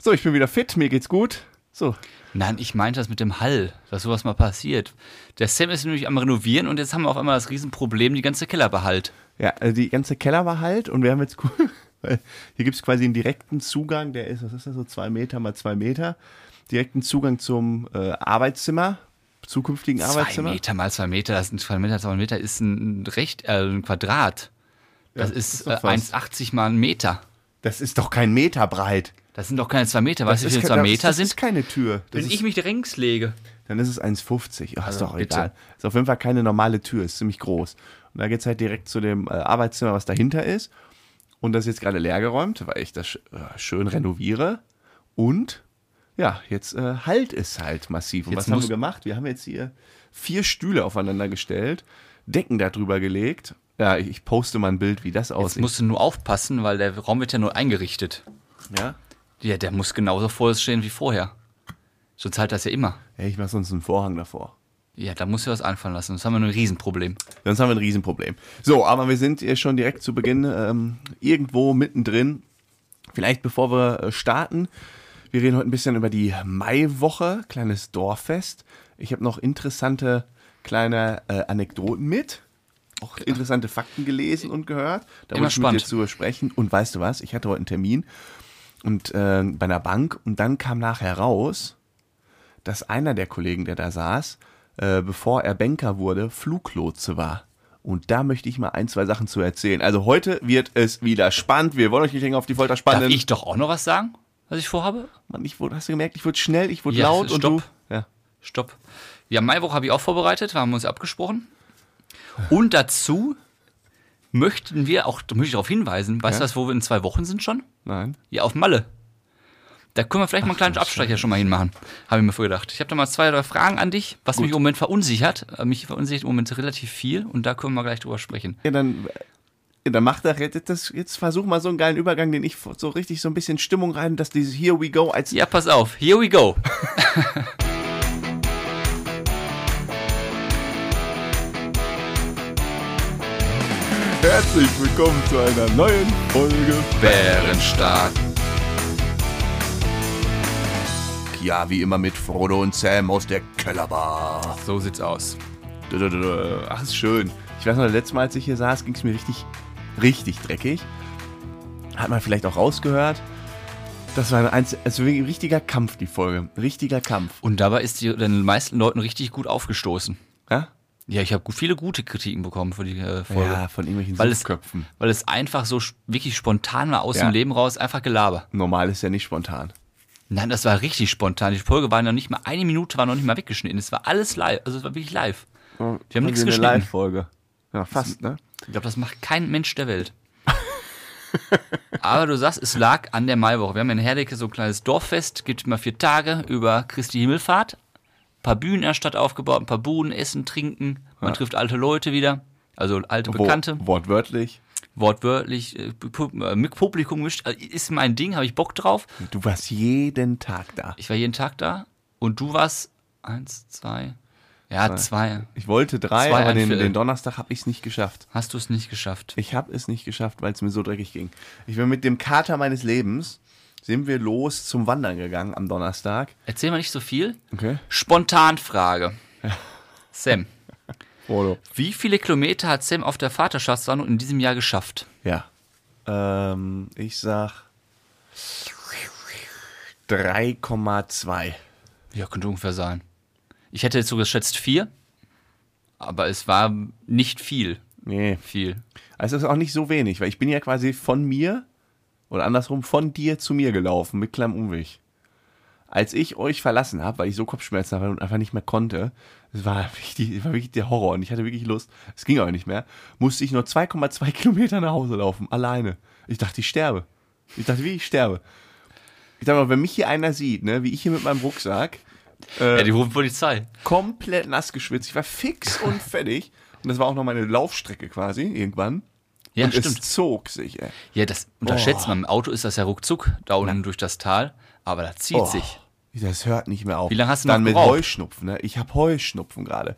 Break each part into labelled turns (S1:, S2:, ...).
S1: So, ich bin wieder fit, mir geht's gut. So.
S2: Nein, ich meinte das mit dem Hall, dass sowas mal passiert. Der Sam ist nämlich am Renovieren und jetzt haben wir auf einmal das Riesenproblem, die ganze Keller behalt.
S1: Ja, also die ganze Keller war halt und wir haben jetzt cool, weil hier gibt's quasi einen direkten Zugang, der ist, was ist das so, zwei Meter mal zwei Meter, direkten Zugang zum äh, Arbeitszimmer, zukünftigen
S2: Zwei
S1: Arbeitszimmer.
S2: Meter mal zwei Meter, das sind zwei Meter, zwei Meter ist ein Recht, äh, ein Quadrat. Das
S1: Ja,
S2: ist,
S1: ist doch
S2: äh,
S1: was.
S2: 1,80 mal ein Meter.
S1: Das ist doch kein Meter breit.
S2: Das sind doch keine zwei Meter. Weißt du, wie
S1: ist
S2: viele
S1: kein-
S2: zwei
S1: das-
S2: Meter
S1: das ist
S2: sind?
S1: keine Tür. Das
S2: Wenn
S1: ist,
S2: ich mich rängs lege.
S1: dann ist es 1,50. Ja, ist doch
S2: bitte.
S1: egal. Ist auf jeden Fall keine normale Tür, ist ziemlich groß. Und da geht's halt direkt zu dem äh, Arbeitszimmer, was dahinter ist. Und das ist jetzt gerade leergeräumt, weil ich das sch- äh, schön renoviere. Und ja, jetzt äh, halt es halt massiv. Und
S2: Jetzt
S1: was haben
S2: muss-
S1: wir gemacht? Wir haben jetzt hier vier Stühle aufeinander gestellt, Decken darüber gelegt. Ja, ich, ich poste mal ein Bild, wie das
S2: Jetzt
S1: aussieht.
S2: musst du nur aufpassen, weil der Raum wird ja nur eingerichtet.
S1: Ja?
S2: Ja, der muss genauso voll stehen wie vorher. So zahlt das ja immer.
S1: Ey, ich mache sonst einen Vorhang davor.
S2: Ja, da musst du was anfallen lassen. Sonst haben wir nur ein Riesenproblem.
S1: Sonst haben wir ein Riesenproblem. So, aber wir sind hier schon direkt zu Beginn ähm, irgendwo mittendrin. Vielleicht bevor wir äh, starten, wir reden heute ein bisschen über die Maiwoche, kleines Dorffest. Ich habe noch interessante kleine äh, Anekdoten mit, auch interessante Fakten gelesen und gehört. Da
S2: Immer
S1: wollte ich mit dir
S2: spannend.
S1: zu sprechen. Und weißt du was? Ich hatte heute einen Termin und äh, bei einer Bank und dann kam nachher raus, dass einer der Kollegen, der da saß, äh, bevor er Banker wurde, Fluglotse war. Und da möchte ich mal ein, zwei Sachen zu erzählen. Also heute wird es wieder spannend. Wir wollen euch nicht länger auf die Folter
S2: Darf
S1: spannen.
S2: ich doch auch noch was sagen, was ich vorhabe?
S1: Mann, ich wurde, hast du gemerkt, ich wurde schnell, ich wurde
S2: Ja,
S1: laut und
S2: stopp.
S1: du. Ja.
S2: Stopp. Ja, Maiwoche habe ich auch vorbereitet, haben wir uns abgesprochen. Und dazu möchten wir auch, da möchte ich darauf hinweisen, weißt du
S1: Ja.
S2: was, wo wir in zwei Wochen sind schon?
S1: Nein.
S2: Ja, auf Malle. Da können wir vielleicht mal einen kleinen Abstreicher schon mal hinmachen, habe ich mir vorgedacht. Ich habe da mal zwei, drei Fragen an dich, was mich im Moment verunsichert. Äh, Mich verunsichert im Moment relativ viel und da können wir gleich drüber sprechen.
S1: Ja, dann, ja, dann mach doch jetzt, das, jetzt versuch mal so einen geilen Übergang, den ich so richtig so ein bisschen Stimmung rein, dass dieses Here we go als.
S2: Ja, pass auf. Here we go.
S1: Herzlich willkommen zu einer neuen Folge.
S2: Bärenstark.
S1: Ja, wie immer mit Frodo und Sam aus der Kellerbar.
S2: So sieht's aus.
S1: Dö, dö, dö, dö. Ach, ist schön. Ich weiß noch, letztes Mal, als ich hier saß, ging es mir richtig, richtig dreckig. Hat man vielleicht auch rausgehört. Das war ein, einz- also wirklich ein richtiger Kampf, die Folge. Ein richtiger Kampf.
S2: Und dabei ist die, den meisten Leuten richtig gut aufgestoßen.
S1: Ja?
S2: Ja, ich habe gu- viele gute Kritiken bekommen für die äh, Folge.
S1: Ja, von irgendwelchen
S2: Weil es-
S1: Sumpfköpfen.
S2: Weil es einfach so sch- wirklich spontan war aus
S1: Ja.
S2: dem Leben raus, einfach Gelaber.
S1: Normal ist ja nicht spontan.
S2: Nein, das war richtig spontan. Die Folge war noch nicht mal eine Minute, war noch nicht mal weggeschnitten. Es war alles live, also es war wirklich live.
S1: Oh, also
S2: Wir haben nichts geschnitten.
S1: Live-Folge. Ja, fast, ne?
S2: Ich glaube, das macht kein Mensch der Welt. Aber du sagst, es lag an der Maiwoche. Wir haben in Herdecke so ein kleines Dorffest, gibt immer vier Tage über Christi Himmelfahrt. Ein paar Bühnen erstatt aufgebaut, ein paar Buden, Essen, Trinken. Man trifft alte Leute wieder, also alte Bekannte.
S1: Wo, wortwörtlich.
S2: Wortwörtlich, äh, Pu- äh, mit Publikum mischt. Also, Ist mein Ding, habe ich Bock drauf.
S1: Du warst jeden Tag da.
S2: Ich war jeden Tag da und du warst eins, zwei, ja, zwei.
S1: Ich wollte drei,
S2: Zwei,
S1: aber
S2: ein
S1: den,
S2: Viertel.
S1: den Donnerstag habe ich es nicht geschafft.
S2: Hast du es nicht geschafft?
S1: Ich habe es nicht geschafft, weil es mir so dreckig ging. Ich bin mit dem Kater meines Lebens, sind wir los zum Wandern gegangen am Donnerstag.
S2: Erzähl mal nicht so viel.
S1: Okay.
S2: Spontanfrage. Sam,
S1: Frodo.
S2: wie viele Kilometer hat Sam auf der Vaterschaftswanderung in diesem Jahr geschafft?
S1: Ja. Ähm, ich sag 3,2.
S2: Ja, könnte ungefähr sein. Ich hätte jetzt so geschätzt vier, aber es war nicht viel.
S1: Nee.
S2: Viel.
S1: Also es ist auch nicht so wenig, weil ich bin ja quasi von mir oder andersrum von dir zu mir gelaufen mit kleinem Umweg. Als ich euch verlassen habe, weil ich so Kopfschmerzen hatte und einfach nicht mehr konnte, es war wirklich, war wirklich der Horror und ich hatte wirklich Lust, es ging auch nicht mehr, musste ich nur 2,2 Kilometer nach Hause laufen, alleine. Ich dachte, ich sterbe. Ich dachte, wie ich sterbe. Ich dachte mal, wenn mich hier einer sieht, ne, wie ich hier mit meinem Rucksack,
S2: Ja, die rufen Polizei.
S1: komplett nass geschwitzt. Ich war fix und fertig. Und das war auch noch meine Laufstrecke quasi, irgendwann.
S2: Ja,
S1: und
S2: stimmt.
S1: es zog sich, ey.
S2: Ja, das
S1: Oh.
S2: unterschätzt man. Im Auto ist das ja ruckzuck da unten durch das Tal, aber da
S1: Oh.
S2: zieht sich.
S1: Das hört nicht mehr auf.
S2: Wie lange hast du
S1: Dann
S2: noch
S1: mit
S2: gebraucht?
S1: Heuschnupfen, ne? Ich habe Heuschnupfen gerade.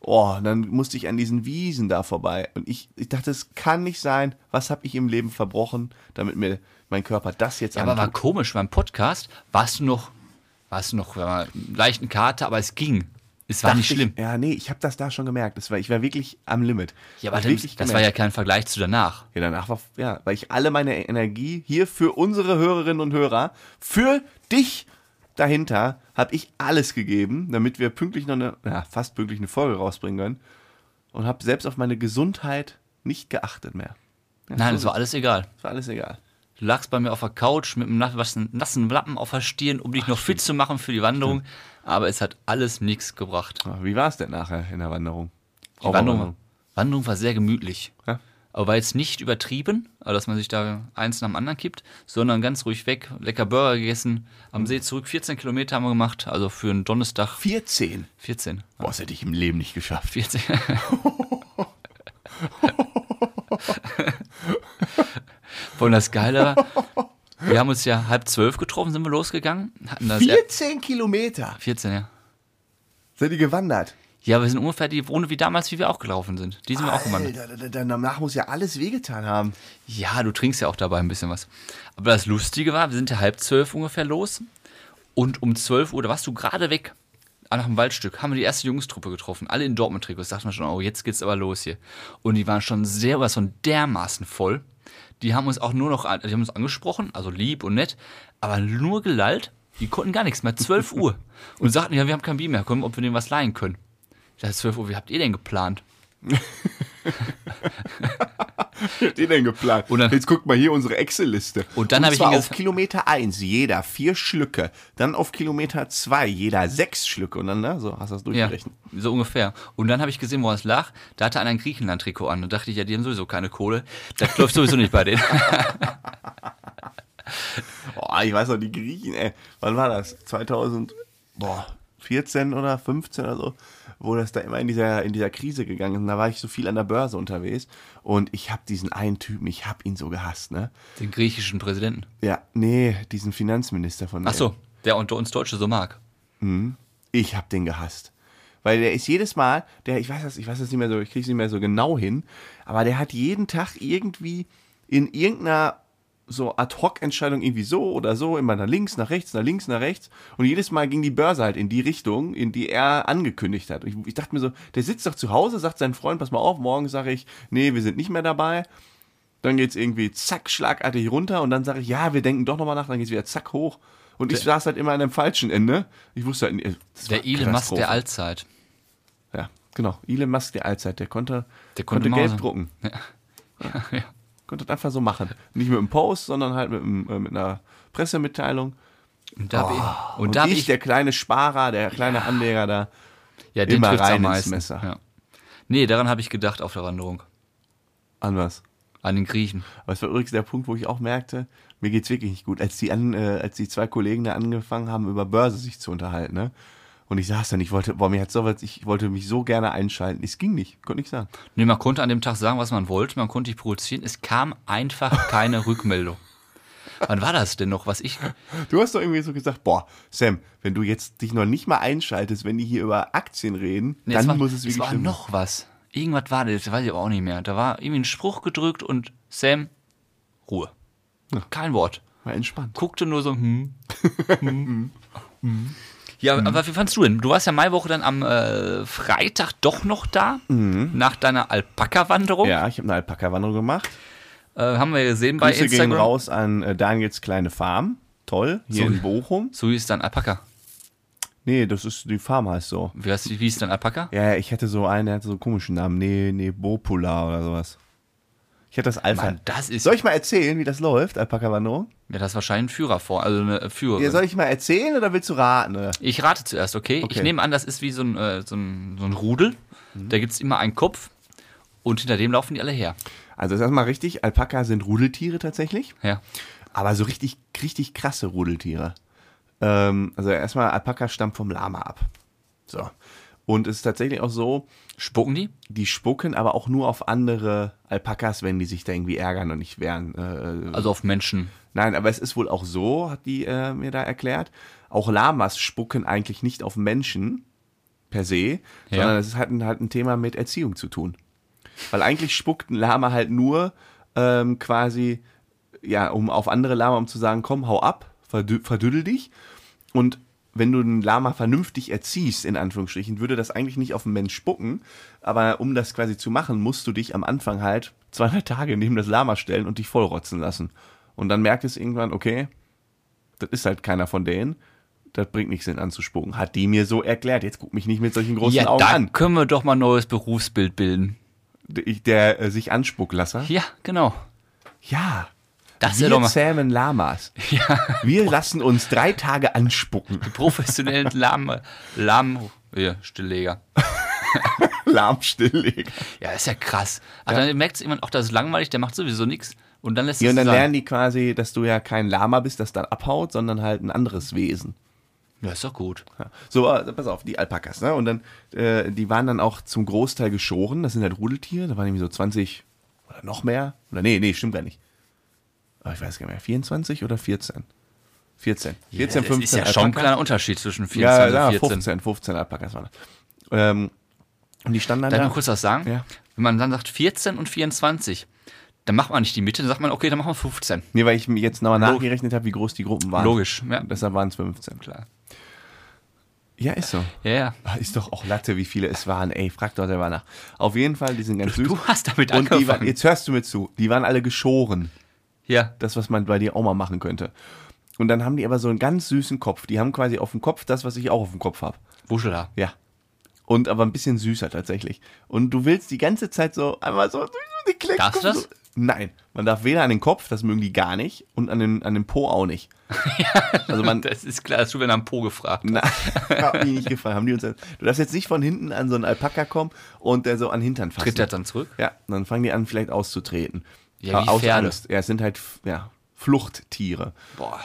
S1: Oh, und dann musste ich an diesen Wiesen da vorbei. Und ich, ich dachte, es kann nicht sein. Was habe ich im Leben verbrochen, damit mir mein Körper das jetzt
S2: Ja, aber war komisch beim Podcast. Warst du noch, warst du noch ja, einen leichten Kater, aber es ging. Es war nicht
S1: Dachte
S2: schlimm.
S1: Ich, ja, nee, ich habe das da schon gemerkt. Das war, ich war wirklich am Limit.
S2: ja, aber
S1: Hab
S2: dann,
S1: wirklich
S2: das war
S1: gemerkt.
S2: ja kein Vergleich zu danach.
S1: Ja, danach war, ja, weil ich alle meine Energie hier für unsere Hörerinnen und Hörer, für dich dahinter, habe ich alles gegeben, damit wir pünktlich noch eine, ja, fast pünktlich eine Folge rausbringen können und habe selbst auf meine Gesundheit nicht geachtet mehr.
S2: Nein, es war alles egal.
S1: Das war alles egal.
S2: Du lagst bei mir auf der Couch mit einem nassen, nassen Lappen auf der Stirn, um dich noch fit zu machen für die Wanderung. Aber es hat alles nichts gebracht.
S1: Ah, Wie war es denn nachher in der Wanderung?
S2: Die Wanderung, Wanderung war sehr gemütlich.
S1: Ja?
S2: Aber war jetzt nicht übertrieben, also dass man sich da eins nach dem anderen kippt, sondern ganz ruhig weg, lecker Burger gegessen, am See zurück. 14 Kilometer haben wir gemacht, also für einen Donnerstag
S1: 14.
S2: 14.
S1: Boah, das hätte ich im Leben nicht geschafft.
S2: 14. Von das Geile war, wir haben uns ja halb zwölf getroffen, sind wir losgegangen. Hatten das er-
S1: 14 Kilometer
S2: 14, ja.
S1: sind die gewandert.
S2: Ja, wir sind ungefähr die Runde wie damals, wie wir auch gelaufen sind. Die sind wir auch gewandert.
S1: Alter, da- da- da- danach muss ja alles wehgetan haben.
S2: Ja, du trinkst ja auch dabei ein bisschen was. Aber das Lustige war, wir sind ja halb zwölf ungefähr los. Und um 12 Uhr, da warst du gerade weg, ah, nach dem Waldstück, haben wir die erste Jungstruppe getroffen. Alle in Dortmund-Trikots. Dachten wir schon, oh, jetzt geht's aber los hier. Und die waren schon sehr, was von dermaßen voll. Die haben uns auch nur noch, an- die haben uns angesprochen, also lieb und nett, aber nur gelallt. Die konnten gar nichts mehr. 12 Uhr. Und sagten, ja, wir haben kein Bier mehr, können, ob wir denen was leihen können. Ich dachte, 12 Uhr, wie habt ihr denn geplant?
S1: habt ihr denn geplant?
S2: Und dann-
S1: Jetzt guckt mal hier unsere Excel-Liste.
S2: Und dann hab ich
S1: zwar
S2: ihn
S1: auf
S2: ges-
S1: Kilometer 1 jeder vier Schlücke, dann auf Kilometer 2 jeder sechs Schlücke und dann, ne, so hast du das
S2: Ja,
S1: durchgerechnet.
S2: so ungefähr. Und dann habe ich gesehen, woran es lag. Da hatte einer ein Griechenland-Trikot an. Da dachte ich, ja, die haben sowieso keine Kohle. Das läuft sowieso nicht bei denen.
S1: Boah, ich weiß noch, die Griechen, ey, wann war das? 2014 oder 15 oder so, wo das da immer in dieser, in dieser Krise gegangen ist. Und da war ich so viel an der Börse unterwegs und ich habe diesen einen Typen, ich habe ihn so gehasst, ne?
S2: Den griechischen Präsidenten.
S1: Ja, nee, diesen Finanzminister von
S2: Ach so, der unter uns Deutsche so mag.
S1: Ich hab den gehasst. Weil der ist jedes Mal, der, ich weiß das, ich weiß das nicht mehr so, ich krieg's nicht mehr so genau hin, aber der hat jeden Tag irgendwie in irgendeiner so Ad-Hoc-Entscheidung irgendwie so oder so, immer nach links, nach rechts, nach links, nach rechts. Und jedes Mal ging die Börse halt in die Richtung, in die er angekündigt hat. Und Ich, ich dachte mir so, der sitzt doch zu Hause, sagt seinen Freund, pass mal auf, morgen sage ich, nee, wir sind nicht mehr dabei. Dann geht's irgendwie zack, schlagartig runter und dann sage ich, ja, wir denken doch nochmal nach, dann geht's wieder zack hoch. Und ich saß halt immer an dem falschen Ende. Ich wusste halt, nicht- das
S2: Der
S1: war
S2: Elon Musk
S1: Katastrophe.
S2: der Allzeit.
S1: Ja, genau. Elon Musk der Allzeit, der konnte,
S2: Der
S1: der
S2: konnte
S1: konnte,
S2: Mauser.
S1: Geld drucken.
S2: ja.
S1: Konnte das einfach so machen. Nicht mit einem Post, sondern halt mit, einem, äh, mit einer Pressemitteilung.
S2: Und da hab ich, und
S1: Oh, Und,
S2: da hab
S1: ich,
S2: ich
S1: der kleine Sparer, der kleine Anleger da.
S2: ja, den
S1: immer
S2: trifft's am
S1: rein ins
S2: meisten.
S1: Messer.
S2: Ja. Nee, daran habe ich gedacht auf der Wanderung.
S1: An was?
S2: An den Griechen.
S1: Aber es war übrigens der Punkt, wo ich auch merkte, mir geht's wirklich nicht gut. Als die, an, äh, als die zwei Kollegen da angefangen haben, über Börse sich zu unterhalten, ne? Und ich saß dann, ich wollte, boah, mir hat sowas, ich wollte mich so gerne einschalten. Es ging nicht, konnte nicht sagen.
S2: Nee, man konnte an dem Tag sagen, was man wollte, man konnte dich provozieren. Es kam einfach keine Rückmeldung. Wann war das denn noch, was ich
S1: Du hast doch irgendwie so gesagt, boah, Sam, wenn du jetzt dich noch nicht mal einschaltest, wenn die hier über Aktien reden,
S2: Nee,
S1: dann
S2: es war,
S1: muss es wirklich
S2: Es war
S1: schlimm sein.
S2: noch was. Irgendwas war das, das weiß ich aber auch nicht mehr. Da war irgendwie ein Spruch gedrückt und Sam, Ruhe. Kein Wort.
S1: Mal entspannt.
S2: Guckte nur so, hm. hm. hm. Ja, aber wie fandst du denn? Du warst ja Maiwoche dann am äh, Freitag doch noch da, nach deiner Alpaka-Wanderung.
S1: Mhm. Ja, ich habe eine Alpaka-Wanderung gemacht.
S2: Äh, haben wir gesehen bei
S1: Grüße gehen
S2: Instagram.
S1: raus an äh, Daniels kleine Farm. Toll, hier
S2: So.
S1: in Bochum.
S2: So hieß dann Alpaka.
S1: Nee, das ist, die Farm heißt so.
S2: Wie, heißt, wie hieß dann Alpaka?
S1: Ja, ja, ich hätte so einen, der hatte so einen komischen Namen. Nee, nee, Bopula oder sowas. Ich hätte das Alpha.
S2: Mann, das ist-
S1: soll ich mal erzählen, wie das läuft, Alpaka-Wanderung?
S2: Ja, das ist wahrscheinlich ein Führer vor, also eine Führerin.
S1: Ja, soll ich mal erzählen oder willst du raten? Oder?
S2: Ich rate zuerst, okay? Ich
S1: Okay. Mhm.
S2: nehme an, das ist wie so ein, äh, so ein, so ein Rudel. Da gibt es immer einen Kopf und hinter dem laufen die alle her.
S1: Also, das ist erstmal richtig. Alpaka sind Rudeltiere tatsächlich.
S2: Ja.
S1: Aber so richtig, richtig krasse Rudeltiere. Ähm, also erstmal, Alpaka stammt vom Lama ab. So. Und es ist tatsächlich auch so,
S2: Spucken die?
S1: die spucken aber auch nur auf andere Alpakas, wenn die sich da irgendwie ärgern und nicht wehren. Äh,
S2: Also auf Menschen.
S1: Nein, aber es ist wohl auch so, hat die äh, mir da erklärt. Auch Lamas spucken eigentlich nicht auf Menschen per se,
S2: Ja.
S1: sondern es hat, ein- hat ein Thema mit Erziehung zu tun. Weil eigentlich spuckt ein Lama halt nur ähm, quasi, ja, um auf andere Lama, um zu sagen, komm, hau ab, verdü verdüdel dich. Und wenn du einen Lama vernünftig erziehst, in Anführungsstrichen, würde das eigentlich nicht auf einen Mensch spucken. Aber um das quasi zu machen, musst du dich am Anfang halt 200 Tage neben das Lama stellen und dich vollrotzen lassen. Und dann merkt es irgendwann, okay, das ist halt keiner von denen. Das bringt nichts, den anzuspucken. Hat die mir so erklärt. Jetzt guck mich nicht mit solchen großen
S2: Ja,
S1: Augen
S2: da
S1: an.
S2: können wir doch mal ein neues Berufsbild bilden.
S1: Der, der äh, sich Anspucklasser.
S2: Ja, genau.
S1: Ja.
S2: Das
S1: wir
S2: ist doch mal
S1: zähmen Lamas.
S2: ja,
S1: Wir lassen uns drei Tage anspucken.
S2: professionellen Lahm, Lahm, ja, Stillleger.
S1: Lahmstilllegen.
S2: Ja, ist ja krass. Aber dann merkt jemand auch, das ist langweilig, der macht sowieso nichts. Und dann lässt
S1: Ja,
S2: es
S1: und dann
S2: sein.
S1: lernen die quasi, dass du ja kein Lama bist, das dann abhaut, sondern halt ein anderes Wesen.
S2: Ja, ist doch gut.
S1: Ja. So, äh, pass auf, die Alpakas, ne? Und dann, äh, die waren dann auch zum Großteil geschoren. Das sind halt Rudeltiere. Da waren irgendwie so 20 oder noch mehr. Oder nee, nee, stimmt gar nicht. Aber ich weiß gar nicht mehr. 24 oder 14? 14. 14,
S2: ja,
S1: 15.
S2: Das ist ja schon ein
S1: Alpakas.
S2: kleiner Unterschied zwischen 24
S1: ja,
S2: und
S1: ja,
S2: 14.
S1: 15, 15 Alpakas waren das. Ähm, und die standen dann
S2: Darf ich
S1: da.
S2: noch kurz was sagen?
S1: Ja.
S2: Wenn man dann sagt 14 und 24, dann macht man nicht die Mitte, dann sagt man, okay, dann machen wir 15.
S1: Nee, weil ich mir jetzt nochmal
S2: Log-
S1: nachgerechnet habe, wie groß die Gruppen waren.
S2: Logisch, ja.
S1: Und Deshalb waren es 15.
S2: Klar.
S1: Ja, ist so.
S2: Ja, ja.
S1: Ah, Ist doch auch Latte, wie viele es waren. Ey, frag doch selber nach. Auf jeden Fall, die sind ganz süß.
S2: Du hast damit
S1: Und die waren,
S2: angefangen.
S1: jetzt hörst du mir zu. Die waren alle geschoren.
S2: Ja.
S1: Das, was man bei dir auch mal machen könnte. Und dann haben die aber so einen ganz süßen Kopf. Die haben quasi auf dem Kopf das, was ich auch auf dem Kopf habe.
S2: Wuschela.
S1: Ja. Und aber ein bisschen süßer tatsächlich. Und du willst die ganze Zeit so einmal so die Klick.
S2: Darfst du das?
S1: Nein, man darf weder an den Kopf, das mögen die gar nicht, und an den, an den Po auch nicht. also man,
S2: Das ist klar, das du mir nach dem Po gefragt.
S1: na, hat mich nicht gefallen. Haben die uns, du darfst jetzt nicht von hinten an so einen Alpaka kommen und der so an den Hintern fassen.
S2: Tritt er dann zurück?
S1: Ja, und dann fangen die an, vielleicht auszutreten. Äh,
S2: Ja, wie
S1: Aus
S2: Pferde.
S1: Angst. Ja, es sind halt ja, Fluchttiere.
S2: Boah.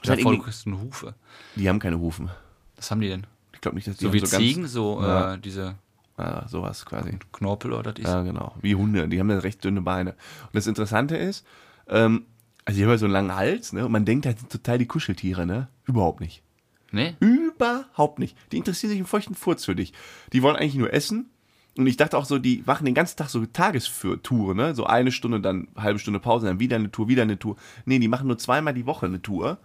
S1: Das hat
S2: Ja, voll
S1: irgendwie-
S2: größten Hufe.
S1: Die haben keine Hufen.
S2: Was haben die denn?
S1: Ich glaube nicht, dass die
S2: So
S1: haben
S2: wie
S1: so ganz-
S2: Ziegen, so
S1: Ja.
S2: äh, diese
S1: Ah, sowas quasi.
S2: Knorpel oder das ist.
S1: Ja, genau. Wie Hunde. Die haben ja recht dünne Beine. Und das Interessante ist, ähm, also die haben ja so einen langen Hals, ne? Und man denkt, das sind total die Kuscheltiere, ne? Überhaupt nicht.
S2: Nee?
S1: Überhaupt nicht. Die interessieren sich im feuchten Furz für dich. Die wollen eigentlich nur essen. Und ich dachte auch so, die machen den ganzen Tag so Tagestouren, ne? So eine Stunde, dann halbe Stunde Pause, dann wieder eine Tour, wieder eine Tour. Nee, die machen nur zweimal die Woche eine Tour,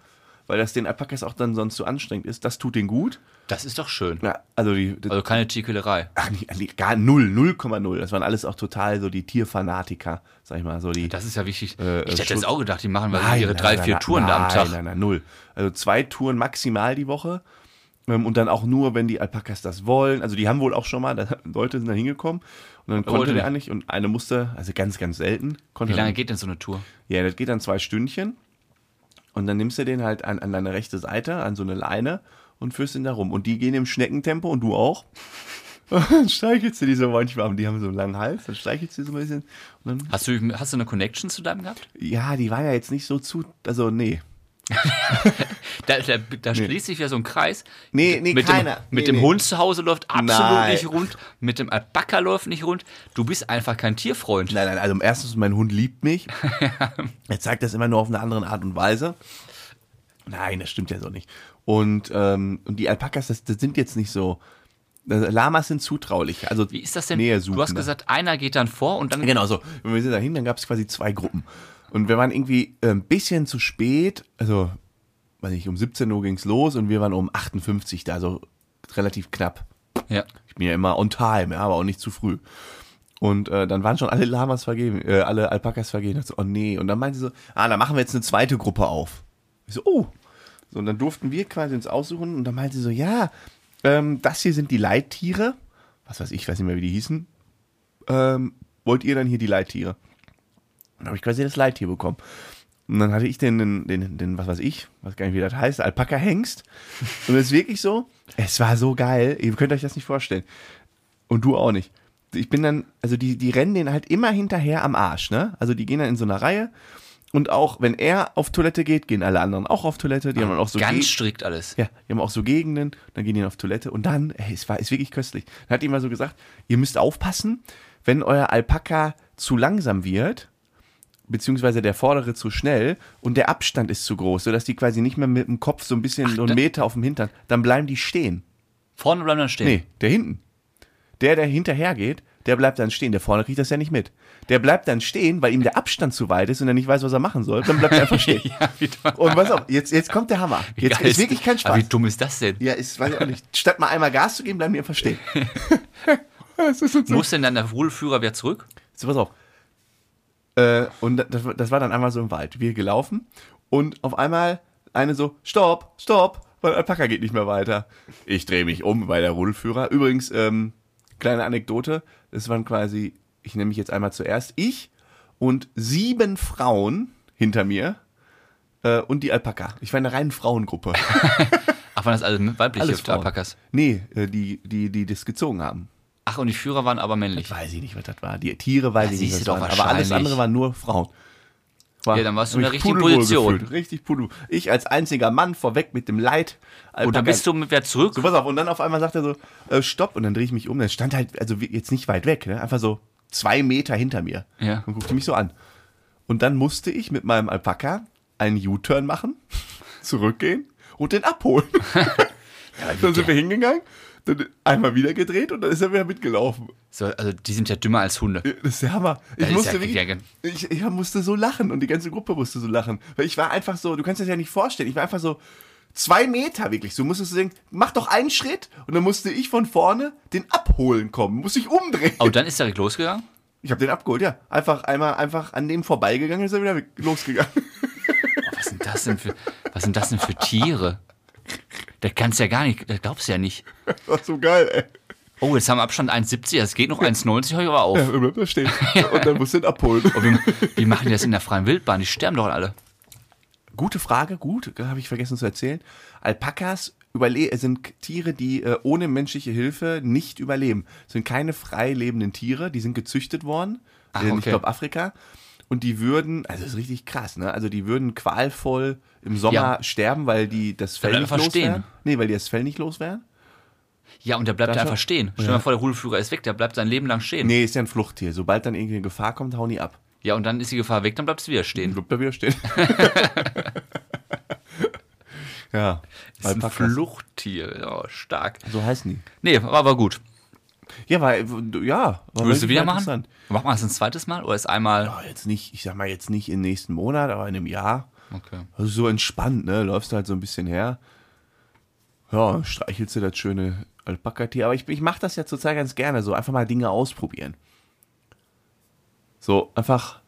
S1: weil das den Alpakas auch dann sonst so anstrengend ist. Das tut denen gut.
S2: Das ist doch schön.
S1: Ja, also die,
S2: Also keine Tierquälerei.
S1: Ach, nicht, nicht, gar null, 0,0. Das waren alles auch total so die Tierfanatiker, sag ich mal, so die.
S2: Das ist ja wichtig.
S1: Äh, äh,
S2: ich hätte
S1: Schutz-
S2: jetzt auch gedacht, die machen mal ihre drei, vier Touren
S1: nein,
S2: da am Tag.
S1: Nein, nein, null. Also zwei Touren maximal die Woche. Ähm, Und dann auch nur, wenn die Alpakas das wollen. Also die haben wohl auch schon mal, da, Leute sind da hingekommen und dann konnte
S2: Wollte
S1: der
S2: nicht.
S1: nicht und eine musste, also ganz, ganz selten. Konnte
S2: Wie lange
S1: dann-
S2: geht denn so eine Tour?
S1: Ja, das geht dann zwei Stündchen und dann nimmst du den halt an, an deine rechte Seite, an so eine Leine und führst ihn da rum. Und die gehen im Schneckentempo und du auch. Und dann streichelst du die so manchmal, und die haben so einen langen Hals, dann streichelst du die so ein bisschen und dann,
S2: Hast du, hast du eine Connection zu deinem gehabt?
S1: ja, die war ja jetzt nicht so zu, also nee.
S2: Da, da, da schließt sich ja so ein Kreis.
S1: Nee, nee,
S2: mit
S1: keiner.
S2: Dem, mit
S1: Nee,
S2: dem
S1: nee.
S2: Hund zu Hause läuft absolut
S1: Nein.
S2: nicht rund. Mit dem Alpaka läuft nicht rund. Du bist einfach kein Tierfreund.
S1: Nein, nein, also erstens, mein Hund liebt mich. er zeigt das immer nur auf eine andere Art und Weise. Nein, das stimmt ja so nicht. Und, ähm, und die Alpakas, das, das sind jetzt nicht so, also Lamas sind zutraulich. Also
S2: Wie ist das denn?
S1: Nähesuchende.
S2: Du hast gesagt, einer geht dann vor und dann.
S1: Genau so. Wenn wir sind dahin, dann gab es quasi zwei Gruppen. Und wir waren irgendwie äh, ein bisschen zu spät, also, weiß nicht, um 17 Uhr ging's los und wir waren um 58 da, also relativ knapp.
S2: Ja.
S1: Ich bin ja immer on time, ja, aber auch nicht zu früh. Und äh, dann waren schon alle Lamas vergeben, äh, alle Alpakas vergeben. Ich so, oh nee. Und dann meinte sie so, ah, dann machen wir jetzt eine zweite Gruppe auf. Ich so, oh. So, und dann durften wir quasi uns aussuchen. Und dann meinte sie so, ja, ähm, das hier sind die Leittiere. Was weiß ich, weiß nicht mehr, wie die hießen. Ähm, wollt ihr dann hier die Leittiere? Dann habe ich quasi das Leittier bekommen. Und dann hatte ich den, den, den, den, was weiß ich, weiß gar nicht, wie das heißt, Alpaka-Hengst. Und es ist wirklich so, es war so geil, ihr könnt euch das nicht vorstellen. Und du auch nicht. Ich bin dann, also die, die rennen den halt immer hinterher am Arsch, ne? Also die gehen dann in so einer Reihe. Und auch wenn er auf Toilette geht, gehen alle anderen auch auf Toilette. Die haben dann auch so
S2: Ganz
S1: Ge-
S2: strikt alles.
S1: ja, die haben auch so Gegenden, dann gehen die auf Toilette und dann, ey, es war, ist wirklich köstlich. Dann hat die mal so gesagt, ihr müsst aufpassen, wenn euer Alpaka zu langsam wird, beziehungsweise der vordere zu schnell und der Abstand ist zu groß, sodass die quasi nicht mehr mit dem Kopf so ein bisschen so einen
S2: da-
S1: Meter auf dem Hintern, dann bleiben die stehen.
S2: Vorne bleiben dann stehen.
S1: Nee, der hinten. Der, der hinterher geht, der bleibt dann stehen. Der vorne kriegt das ja nicht mit. Der bleibt dann stehen, weil ihm der Abstand zu weit ist und er nicht weiß, was er machen soll. Dann bleibt er einfach stehen.
S2: Ja, wie dumm.
S1: Und pass auf, jetzt, jetzt kommt der Hammer. Jetzt
S2: Geil.
S1: ist wirklich kein
S2: Aber wie
S1: Spaß.
S2: dumm ist das denn?
S1: Ja, ist, weiß ich auch nicht. Statt mal einmal Gas zu geben, bleiben wir einfach stehen. das ist jetzt so.
S2: Muss denn dann der Rudelführer wieder zurück?
S1: So, pass auf. Äh, und das, das war dann einmal so im Wald. Wir gelaufen und auf einmal eine so, stopp, stopp, mein Alpaka geht nicht mehr weiter. Ich drehe mich um, weil der Rudelführer. Übrigens, ähm, kleine Anekdote, es waren quasi, ich nehme mich jetzt einmal zuerst, ich und sieben Frauen hinter mir äh, und die Alpaka. Ich war in einer reinen Frauengruppe.
S2: Ach, waren das alles weibliche
S1: Alles Frauen.
S2: Alpakas?
S1: Nee, äh, die, die, die das gezogen haben.
S2: Ach, und die Führer waren aber männlich.
S1: Weiß ich nicht, was das war. Die Tiere weiß
S2: Ja,
S1: ich nicht, was
S2: siehst
S1: das
S2: du
S1: waren.
S2: doch
S1: Aber alles
S2: wahrscheinlich.
S1: andere waren nur Frauen. War,
S2: Ja, dann warst du
S1: hab
S2: in der
S1: mich
S2: richtigen
S1: pudelwohl
S2: Position.
S1: gefühlt. Richtig pudelwohl. Ich als einziger Mann vorweg mit dem Leid.
S2: Und dann bist du mit wer zurück?
S1: So, pass auf. Und dann auf einmal sagt er so, äh, stopp. Und dann drehe ich mich um. Der stand halt, also wie- jetzt nicht weit weg, ne? einfach so zwei Meter hinter mir.
S2: Ja.
S1: Und guckte mich so an. Und dann musste ich mit meinem Alpaka einen U-Turn machen, zurückgehen und den abholen. dann sind wir hingegangen, dann einmal wieder gedreht und dann ist er wieder mitgelaufen.
S2: So, also die sind ja dümmer als Hunde.
S1: Das ist der Hammer. Ich
S2: ist
S1: musste,
S2: ja-
S1: wirklich,
S2: ja, ge-
S1: ich, ich musste so lachen und die ganze Gruppe musste so lachen. Weil ich war einfach so, du kannst dir das ja nicht vorstellen, ich war einfach so zwei Meter wirklich. So musstest du denken, mach doch einen Schritt und dann musste ich von vorne den abholen kommen, muss ich umdrehen.
S2: Oh, dann ist direkt losgegangen?
S1: Ich habe den abgeholt, ja. Einfach einmal einfach an dem vorbeigegangen, ist er wieder weg- losgegangen.
S2: Was sind das denn für, was sind das denn für Tiere? Das kannst du ja gar nicht, das glaubst du ja nicht.
S1: Das war so geil, ey.
S2: Oh, jetzt haben wir Abstand 1,70, es geht noch 1,90, höre ich aber auf.
S1: Ja, dann bleibt er stehen. Und dann musst du ihn abholen.
S2: Wie machen die das in der freien Wildbahn? Die sterben doch alle.
S1: Gute Frage, gut, äh, habe ich vergessen zu erzählen. Alpakas überle äh, sind Tiere, die äh, ohne menschliche Hilfe nicht überleben. Sind keine frei lebenden Tiere, die sind gezüchtet worden,
S2: Ach,
S1: in, ich
S2: okay.
S1: glaube Afrika. Und die würden, also das ist richtig krass, ne? Also die würden qualvoll im Sommer
S2: Ja.
S1: sterben, weil die das Fell
S2: bleibt
S1: nicht
S2: einfach
S1: los
S2: stehen.
S1: wären. Nee, weil die das Fell nicht los wären.
S2: Ja, und der bleibt
S1: Dann
S2: da
S1: schon-
S2: einfach stehen. Stell dir mal vor, der Rudelführer ist weg, der bleibt sein Leben lang stehen.
S1: Nee, ist ja ein Fluchttier. Sobald dann irgendeine Gefahr kommt, hauen die ab.
S2: Ja, und dann ist die Gefahr weg, dann bleibst du wieder
S1: Dann
S2: stehen.
S1: bleibt er wieder stehen. ja,
S2: Das ist ein
S1: Alpakas.
S2: Fluchttier, oh, stark.
S1: so heißen die.
S2: Nee, war aber gut.
S1: Ja, weil, ja. War
S2: Würdest du
S1: wirklich
S2: wieder
S1: mal
S2: machen?
S1: interessant.
S2: Machen wir das ein zweites Mal oder ist einmal?
S1: Ja, jetzt nicht, ich sag mal jetzt nicht im nächsten Monat, aber in einem Jahr.
S2: Okay.
S1: Also so entspannt, ne? Läufst du halt so ein bisschen her. Ja, streichelst du das schöne Alpaka-Tier. Aber ich, ich mache das ja zurzeit ganz gerne, so einfach mal Dinge ausprobieren. So, einfach,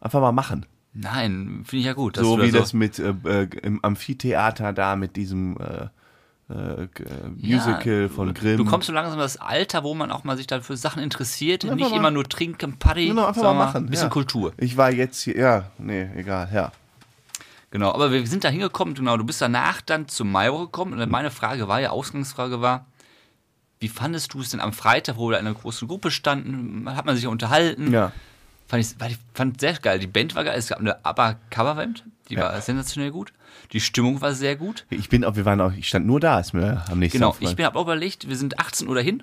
S1: einfach mal machen.
S2: Nein, finde ich ja gut. dass
S1: So
S2: du da
S1: wie das mit äh, äh, im Amphitheater da mit diesem äh, äh, g- äh, Musical von Grimm.
S2: Du kommst so langsam in das Alter, wo man auch mal sich dann für Sachen interessiert. nicht
S1: mal-
S2: immer nur trinken, Party,
S1: Genau, einfach mal
S2: sondern
S1: machen.
S2: Ein bisschen
S1: ja.
S2: Kultur.
S1: Ich war jetzt hier, ja, nee, egal, ja.
S2: Genau, aber wir sind da hingekommen, genau, du bist danach dann zum Mayo gekommen und meine Frage war ja, Ausgangsfrage war, wie fandest du es denn am Freitag, wo wir in einer großen Gruppe standen, hat man sich unterhalten?
S1: Ja.
S2: Fand ich, weil ich fand sehr geil. Die Band war geil, es gab eine ABBA-Coverband, die
S1: Ja.
S2: war sensationell gut. Die Stimmung war sehr gut.
S1: Ich bin auch, wir waren auch, ich stand nur da, ist mir am nächsten
S2: Genau,
S1: aufgefallen.
S2: ich habe auch überlegt, wir sind 18 Uhr dahin.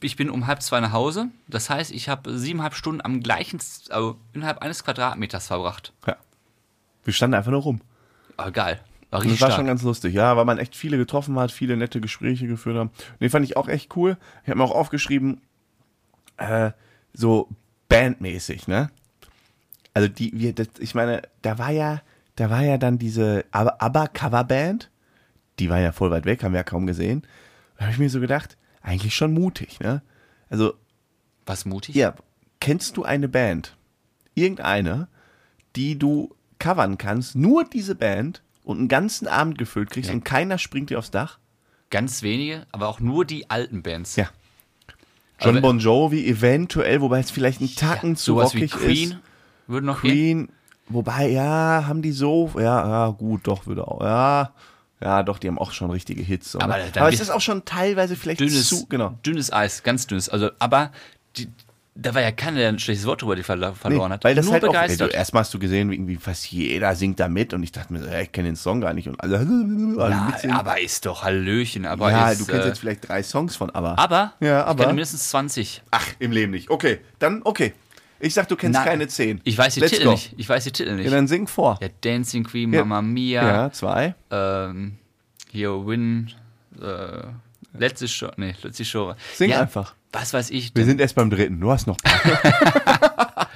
S2: Ich bin um halb zwei nach Hause. Das heißt, ich habe siebeneinhalb Stunden am gleichen, Z- also innerhalb eines Quadratmeters verbracht.
S1: ja. Wir standen einfach nur rum.
S2: Aber geil. War
S1: Und
S2: richtig
S1: das war
S2: stark.
S1: schon ganz lustig, ja, weil man echt viele getroffen hat, viele nette Gespräche geführt haben. Nee, fand ich auch echt cool. Ich habe mir auch aufgeschrieben, äh, so bandmäßig, ne? Also die, wir, das, ich meine, da war ja, da war ja dann diese ABBA- ABBA-Coverband, die war ja voll weit weg, haben wir ja kaum gesehen. Da habe ich mir so gedacht, eigentlich schon mutig, ne? Also
S2: Was mutig?
S1: Ja, kennst du eine Band, irgendeine, die du covern kannst, nur diese Band und einen ganzen Abend gefüllt kriegst und keiner springt dir aufs Dach?
S2: Ganz wenige, aber auch nur die alten Bands.
S1: Ja. John
S2: Aber-
S1: Also Bon Jovi eventuell, wobei es vielleicht einen Tacken
S2: Ja,
S1: zu
S2: sowas wie
S1: rockig
S2: Queen
S1: ist.
S2: würde noch gehen.
S1: Queen, wobei, ja, haben die so, ja, ja, gut, doch, würde auch, ja. Ja, doch, die haben auch schon richtige Hits. so, ne?
S2: Aber dann
S1: aber es
S2: wird-
S1: ist auch schon teilweise vielleicht
S2: Dünnes,
S1: zu, genau.
S2: dünnes Eis, ganz dünnes. Also, aber die, da war ja keiner, der ein schlechtes Wort drüber die verla-
S1: Nee,
S2: verloren hat.
S1: Weil das
S2: Nur
S1: halt auch, ey,
S2: begeistert.
S1: du, erstmal hast du gesehen, wie irgendwie fast jeder singt da mit und ich dachte mir, so, ey, ich kenne den Song gar nicht und alle, alle mitsingen.
S2: ja, Ah, aber ist doch Hallöchen. Aber
S1: ja,
S2: ist,
S1: du kennst
S2: äh,
S1: jetzt vielleicht drei Songs von aber.
S2: aber,
S1: Ja,
S2: ich
S1: aber.
S2: kenne mindestens 20.
S1: Ach, im Leben nicht. Okay, dann okay. Ich sag, du kennst
S2: Na,
S1: keine zehn.
S2: Ich weiß die
S1: Let's
S2: Titel
S1: go.
S2: nicht. Ich weiß die Titel nicht.
S1: Ja, dann sing vor.
S2: Ja, Dancing Queen, Mamma Mia,
S1: zwei.
S2: ähm, hier Win, äh, Letzte Show. Nee, letzte Show.
S1: Sing
S2: ja,
S1: einfach.
S2: Was weiß ich.
S1: Wir sind erst beim dritten. Du hast noch.
S2: Ah,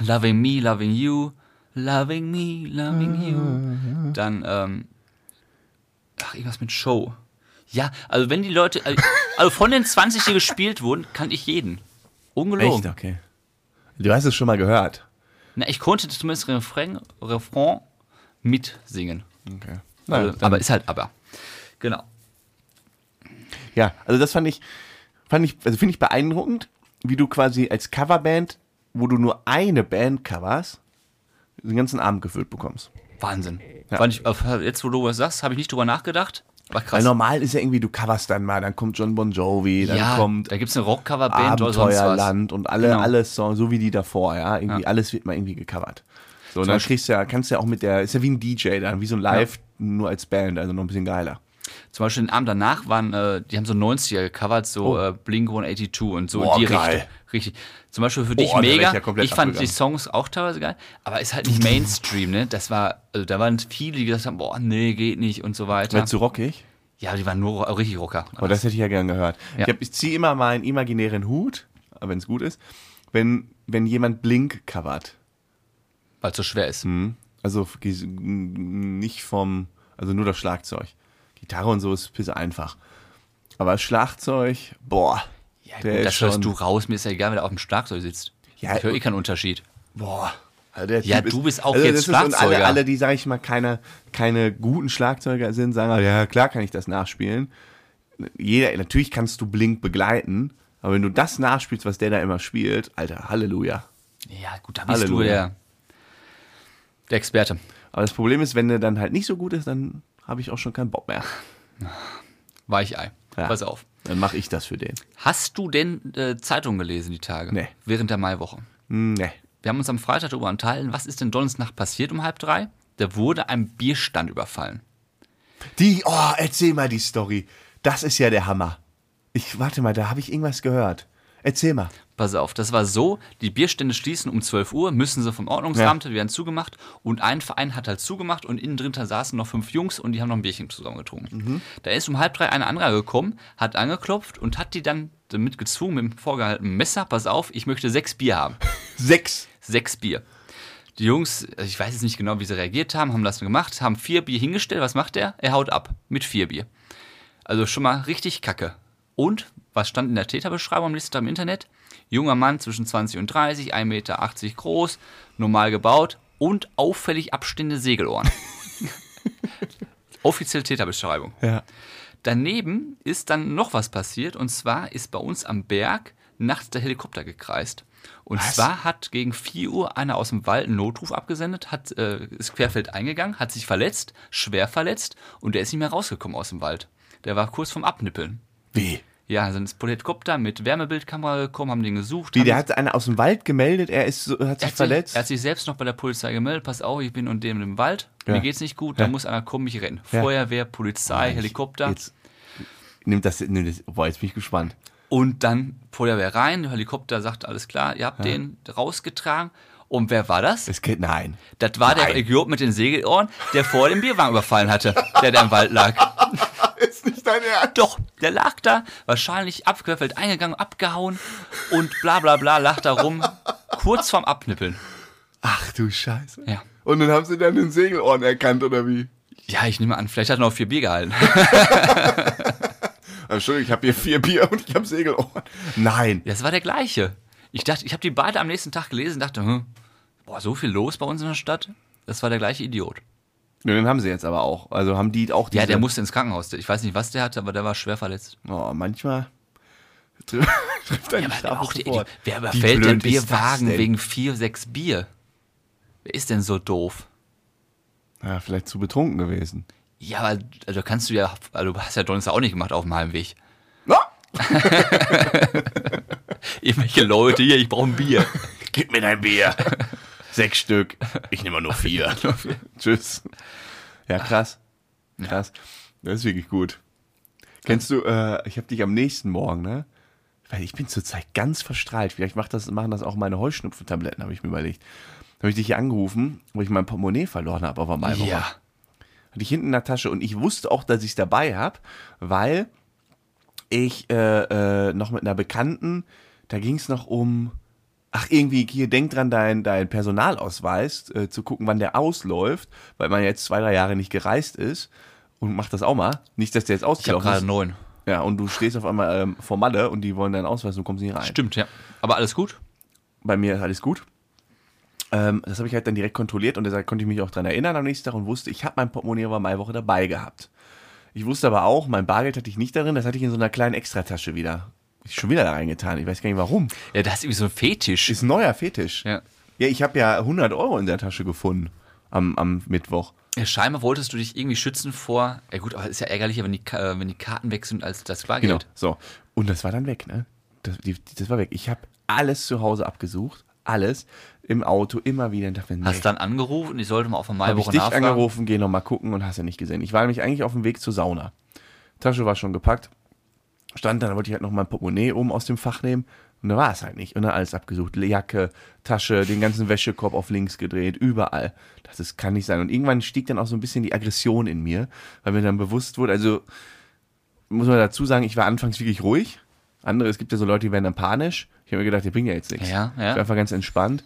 S2: Loving me, loving you. Loving me, loving
S1: Ah,
S2: you. Dann, ähm. Ach, irgendwas mit Show. Ja, also wenn die Leute. äh, Also von den 20, die gespielt wurden, kann ich jeden. Ungelogen.
S1: Echt? Okay. Du hast es schon mal gehört.
S2: Na, ich konnte zumindest Refrain, Refrain mitsingen.
S1: Okay.
S2: also, aber ist halt aber. Genau.
S1: Ja, also das fand ich, fand ich, also finde ich beeindruckend, wie du quasi als Coverband, wo du nur eine Band coverst, den ganzen Abend gefüllt bekommst.
S2: Wahnsinn. Fand ich, auf- jetzt, wo du was sagst, habe ich nicht drüber nachgedacht. Aber
S1: Weil
S2: krass.
S1: normal ist ja irgendwie, du coverst dann mal, dann kommt John Bon Jovi, dann
S2: ja,
S1: kommt
S2: da gibt es eine Rockcoverband oder sonst was.
S1: Abenteuerland und alle,
S2: Genau.
S1: alles so, so wie die davor, ja, irgendwie
S2: Ja. ne?
S1: alles wird mal irgendwie gecovert. So, und dann
S2: Beispiel-
S1: kriegst du ja, kannst du ja auch mit der, ist ja wie ein DJ dann, wie so ein Live, nur als Band, also noch ein bisschen geiler.
S2: Zum Beispiel den Abend danach waren, äh, die haben so 90er gecovert, so äh, Blink 182 und so
S1: Oh. Boah,
S2: in die
S1: geil.
S2: Richtung. Richtig. Zum Beispiel für dich
S1: da wär ich
S2: mega.
S1: ja komplett
S2: ich fand
S1: abgegangen.
S2: die Songs auch teilweise geil, aber ist halt nicht Mainstream, ne? Das war, also da waren viele, die gesagt haben, boah, nee, geht nicht und so weiter.
S1: Weil zu rockig?
S2: Ja, die waren nur ro- richtig Rocker.
S1: Aber das hätte ich ja gern gehört.
S2: Ja.
S1: Ich, hab- ich ziehe immer meinen imaginären Hut, wenn es gut ist, wenn, wenn jemand Blink covert.
S2: Weil es so schwer ist.
S1: Also f- ges- n- nicht vom, also nur das Schlagzeug. Gitarre und so ist pisse einfach. Aber Schlagzeug, boah.
S2: Ja,
S1: der
S2: gut,
S1: ist
S2: das hörst
S1: schon-
S2: du raus, mir ist ja egal, wer da auf dem Schlagzeug sitzt.
S1: Ja,
S2: ich höre eh keinen Unterschied.
S1: Boah. Also der
S2: Ja,
S1: Typ ist-
S2: du bist auch jetzt
S1: das ist- Und alle,
S2: Schlagzeuger.
S1: alle, die, sag ich mal, keine, keine guten Schlagzeuger sind, sagen, halt, ja, klar kann ich das nachspielen. Jeder, natürlich kannst du Blink begleiten, aber wenn du das nachspielst, was der da immer spielt, Alter, Halleluja.
S2: Ja, gut, da bist du
S1: Halleluja.
S2: der, der Experte.
S1: Aber das Problem ist, wenn der dann halt nicht so gut ist, dann habe ich auch schon keinen Bock mehr.
S2: Weichei.
S1: Ja.
S2: Pass auf.
S1: Dann mache ich das für den.
S2: Hast du denn äh, Zeitung gelesen die Tage?
S1: Nee.
S2: Während der Maiwoche.
S1: Hm, Nee.
S2: Wir haben uns am Freitag darüber unterhalten, was ist denn Donnerstag passiert um halb drei? Da wurde ein Bierstand überfallen.
S1: Die, oh, erzähl mal die Story. Das ist ja der Hammer. Ich, warte mal, da habe ich irgendwas gehört. Erzähl mal.
S2: Pass auf, das war so, die Bierstände schließen um 12 Uhr, müssen sie vom Ordnungsamt, die werden zugemacht und ein Verein hat halt zugemacht und innen drin saßen noch fünf Jungs und die haben noch ein Bierchen zusammengetrunken. Da ist um halb drei ein anderer gekommen, hat angeklopft und hat die dann damit gezwungen mit dem vorgehaltenen Messer, pass auf, ich möchte sechs Bier haben.
S1: Sechs.
S2: sechs Bier. Die Jungs, also ich weiß jetzt nicht genau, wie sie reagiert haben, haben das gemacht, haben vier Bier hingestellt. Was macht er? Er haut ab mit vier Bier. Also schon mal richtig kacke. Und was stand in der Täterbeschreibung am nächsten Tag im Internet? Junger Mann zwischen 20 und 30, 1,80 Meter groß, normal gebaut und auffällig abstehende Segelohren. Offiziell Täterbeschreibung.
S1: Ja.
S2: Daneben ist dann noch was passiert und zwar ist bei uns am Berg nachts der Helikopter gekreist. Und zwar hat gegen 4 Uhr einer aus dem Wald einen Notruf abgesendet, hat, äh, ist querfeld eingegangen, hat sich verletzt, schwer verletzt und der ist nicht mehr rausgekommen aus dem Wald. Der war kurz vorm Abnippeln.
S1: Wie?
S2: Ja, dann ist Helikopter mit Wärmebildkamera gekommen, haben den gesucht.
S1: Wie,
S2: haben
S1: der hat einer aus dem Wald gemeldet, er ist, so- hat
S2: er
S1: sich
S2: hat
S1: verletzt.
S2: Sich, er hat sich selbst noch bei der Polizei gemeldet. Pass auf, ich bin und dem im Wald.
S1: Ja.
S2: Mir geht's nicht gut, da
S1: Ja.
S2: muss einer kommen, mich retten.
S1: Ja.
S2: Feuerwehr, Polizei, Helikopter.
S1: Jetzt, nimmt das, nimmt das, boah, jetzt bin ich gespannt.
S2: Und dann Feuerwehr rein, der Helikopter sagt, alles klar, ihr habt den rausgetragen. Und wer war das?
S1: Das geht, nein.
S2: Das war der Idiot mit den Segelohren, der vor dem Bierwagen überfallen hatte, der da im Wald lag.
S1: Ist nicht dein Ernst.
S2: Doch, der lag da, wahrscheinlich abgehöffelt, eingegangen, abgehauen und bla bla bla, lag da rum, kurz vorm Abnippeln.
S1: Ach du Scheiße.
S2: Ja.
S1: Und dann haben sie dann den Segelohren erkannt, oder wie?
S2: Ja, ich nehme an, vielleicht hat er noch vier Bier gehalten.
S1: Entschuldigung, ich habe hier vier Bier und ich habe Segelohren. Nein.
S2: Das war der gleiche. Ich dachte, ich habe die beide am nächsten Tag gelesen und dachte, hm, boah, so viel los bei uns in der Stadt. Das war der gleiche Idiot.
S1: Ja, den haben sie jetzt aber auch. Also haben die auch diese...
S2: Ja, der musste ins Krankenhaus. Ich weiß nicht, was der hatte, aber der war schwer verletzt.
S1: Oh, manchmal trifft trifft einen ja,
S2: Auch die, die,
S1: sofort.
S2: wer
S1: Wie
S2: überfällt
S1: blöd
S2: den
S1: ist das
S2: Bierwagen
S1: denn?
S2: wegen vier, sechs Bier? Wer ist denn so doof?
S1: Ja, vielleicht zu betrunken gewesen.
S2: Ja, aber also kannst du ja, also du hast ja Donnerstag auch nicht gemacht auf dem Heimweg.
S1: Na,
S2: Irgendwelche Leute hier, ich brauche ein Bier.
S1: gib mir dein Bier. Sechs Stück. Ich nehme nur vier. Tschüss. Ja, krass. Krass. Das ist wirklich gut. Kennst du, äh, ich habe dich am nächsten Morgen, ne? Weil ich bin zurzeit ganz verstrahlt. Vielleicht macht das, machen das auch meine Heuschnupfentabletten, habe ich mir überlegt. Da habe ich dich hier angerufen, wo ich mein Portemonnaie verloren habe auf der Maiwoche.
S2: Ja.
S1: Hatte ich hinten in der Tasche und ich wusste auch, dass ich es dabei habe, weil ich äh, äh, noch mit einer Bekannten, da ging es noch um, ach irgendwie, hier denk dran, dein, dein Personalausweis äh, zu gucken, wann der ausläuft, weil man jetzt zwei, drei Jahre nicht gereist ist und macht das auch mal. Nicht, dass der jetzt
S2: Ich habe
S1: ausgelaufen
S2: gerade
S1: ist.
S2: neun.
S1: Ja, und du stehst auf einmal ähm, vor Malle und die wollen deinen Ausweis und du kommst nicht rein.
S2: Stimmt, ja. Aber alles gut?
S1: Bei mir ist alles gut. Ähm, das habe ich halt dann direkt kontrolliert und deshalb konnte ich mich auch dran erinnern am nächsten Tag und wusste, ich habe mein Portemonnaie bei Maiwoche dabei gehabt. Ich wusste aber auch, mein Bargeld hatte ich nicht darin, das hatte ich in so einer kleinen Extratasche wieder. Ich schon wieder da reingetan, ich weiß gar nicht warum.
S2: Ja, das ist irgendwie so ein Fetisch.
S1: Ist ein neuer Fetisch.
S2: Ja.
S1: ja ich habe ja 100 Euro in der Tasche gefunden am, am Mittwoch.
S2: Ja, scheinbar wolltest du dich irgendwie schützen vor. Ja, gut, aber ist ja ärgerlicher, wenn die, Ka- äh, wenn die Karten weg sind, als das Bargeld.
S1: Genau. So. Und das war dann weg, ne? Das, die, das war weg. Ich habe alles zu Hause abgesucht, alles im Auto immer wieder. Und dachte, mir, nee.
S2: Hast dann angerufen, ich sollte mal auf
S1: Habe
S2: einmal
S1: ich
S2: Woche
S1: dich
S2: nachfragen.
S1: angerufen, geh noch mal gucken und hast ja nicht gesehen. Ich war nämlich eigentlich auf dem Weg zur Sauna. Tasche war schon gepackt. Stand dann, wollte ich halt noch mein Portemonnaie oben aus dem Fach nehmen. Und da war es halt nicht. Und dann alles abgesucht. Jacke, Tasche, den ganzen Wäschekorb auf links gedreht, überall. Das ist, kann nicht sein. Und irgendwann stieg dann auch so ein bisschen die Aggression in mir, weil mir dann bewusst wurde, also muss man dazu sagen, ich war anfangs wirklich ruhig. Andere, es gibt ja so Leute, die werden dann panisch. Ich habe mir gedacht, der bringt ja jetzt nichts.
S2: Ja, ja.
S1: Ich war einfach ganz entspannt.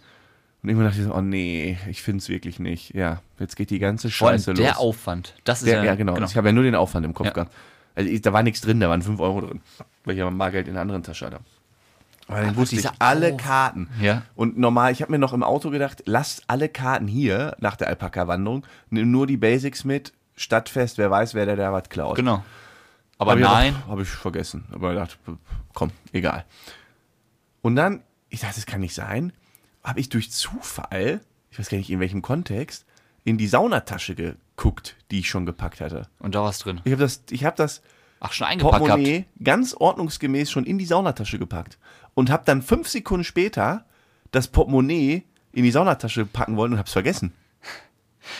S1: Und irgendwann dachte ich so, oh nee, ich finde es wirklich nicht. Ja, jetzt geht die ganze
S2: Vor allem
S1: Scheiße
S2: der
S1: los.
S2: Aufwand. Das ist
S1: Der-
S2: ja,
S1: ja, genau. Ich habe ja nur den Aufwand im Kopf
S2: Ja.
S1: gehabt. Also ich, da war nichts drin, da waren 5 Euro drin, weil ich ja mein Bargeld in der anderen Tasche hatte. Aber dann wusste ich
S2: dieser
S1: alle
S2: Aufwand.
S1: Karten.
S2: Ja.
S1: Und normal, ich habe mir noch im Auto gedacht, lasst alle Karten hier nach der Alpaka-Wanderung, nimm nur die Basics mit, Stadtfest, wer weiß, wer da, da was klaut.
S2: Genau. Aber
S1: Hab ich
S2: nein,
S1: gedacht, Habe ich vergessen. Aber ich dachte, komm, egal. Und dann, ich dachte, das kann nicht sein, habe ich durch Zufall, ich weiß gar nicht in welchem Kontext, in die Saunatasche geguckt, die ich schon gepackt hatte.
S2: und da war's drin.
S1: Ich habe das, ich hab das
S2: Ach, schon eingepackt gehabt.
S1: Portemonnaie ganz ordnungsgemäß schon in die Saunatasche gepackt und habe dann fünf Sekunden später das Portemonnaie in die Saunatasche packen wollen und habe es vergessen.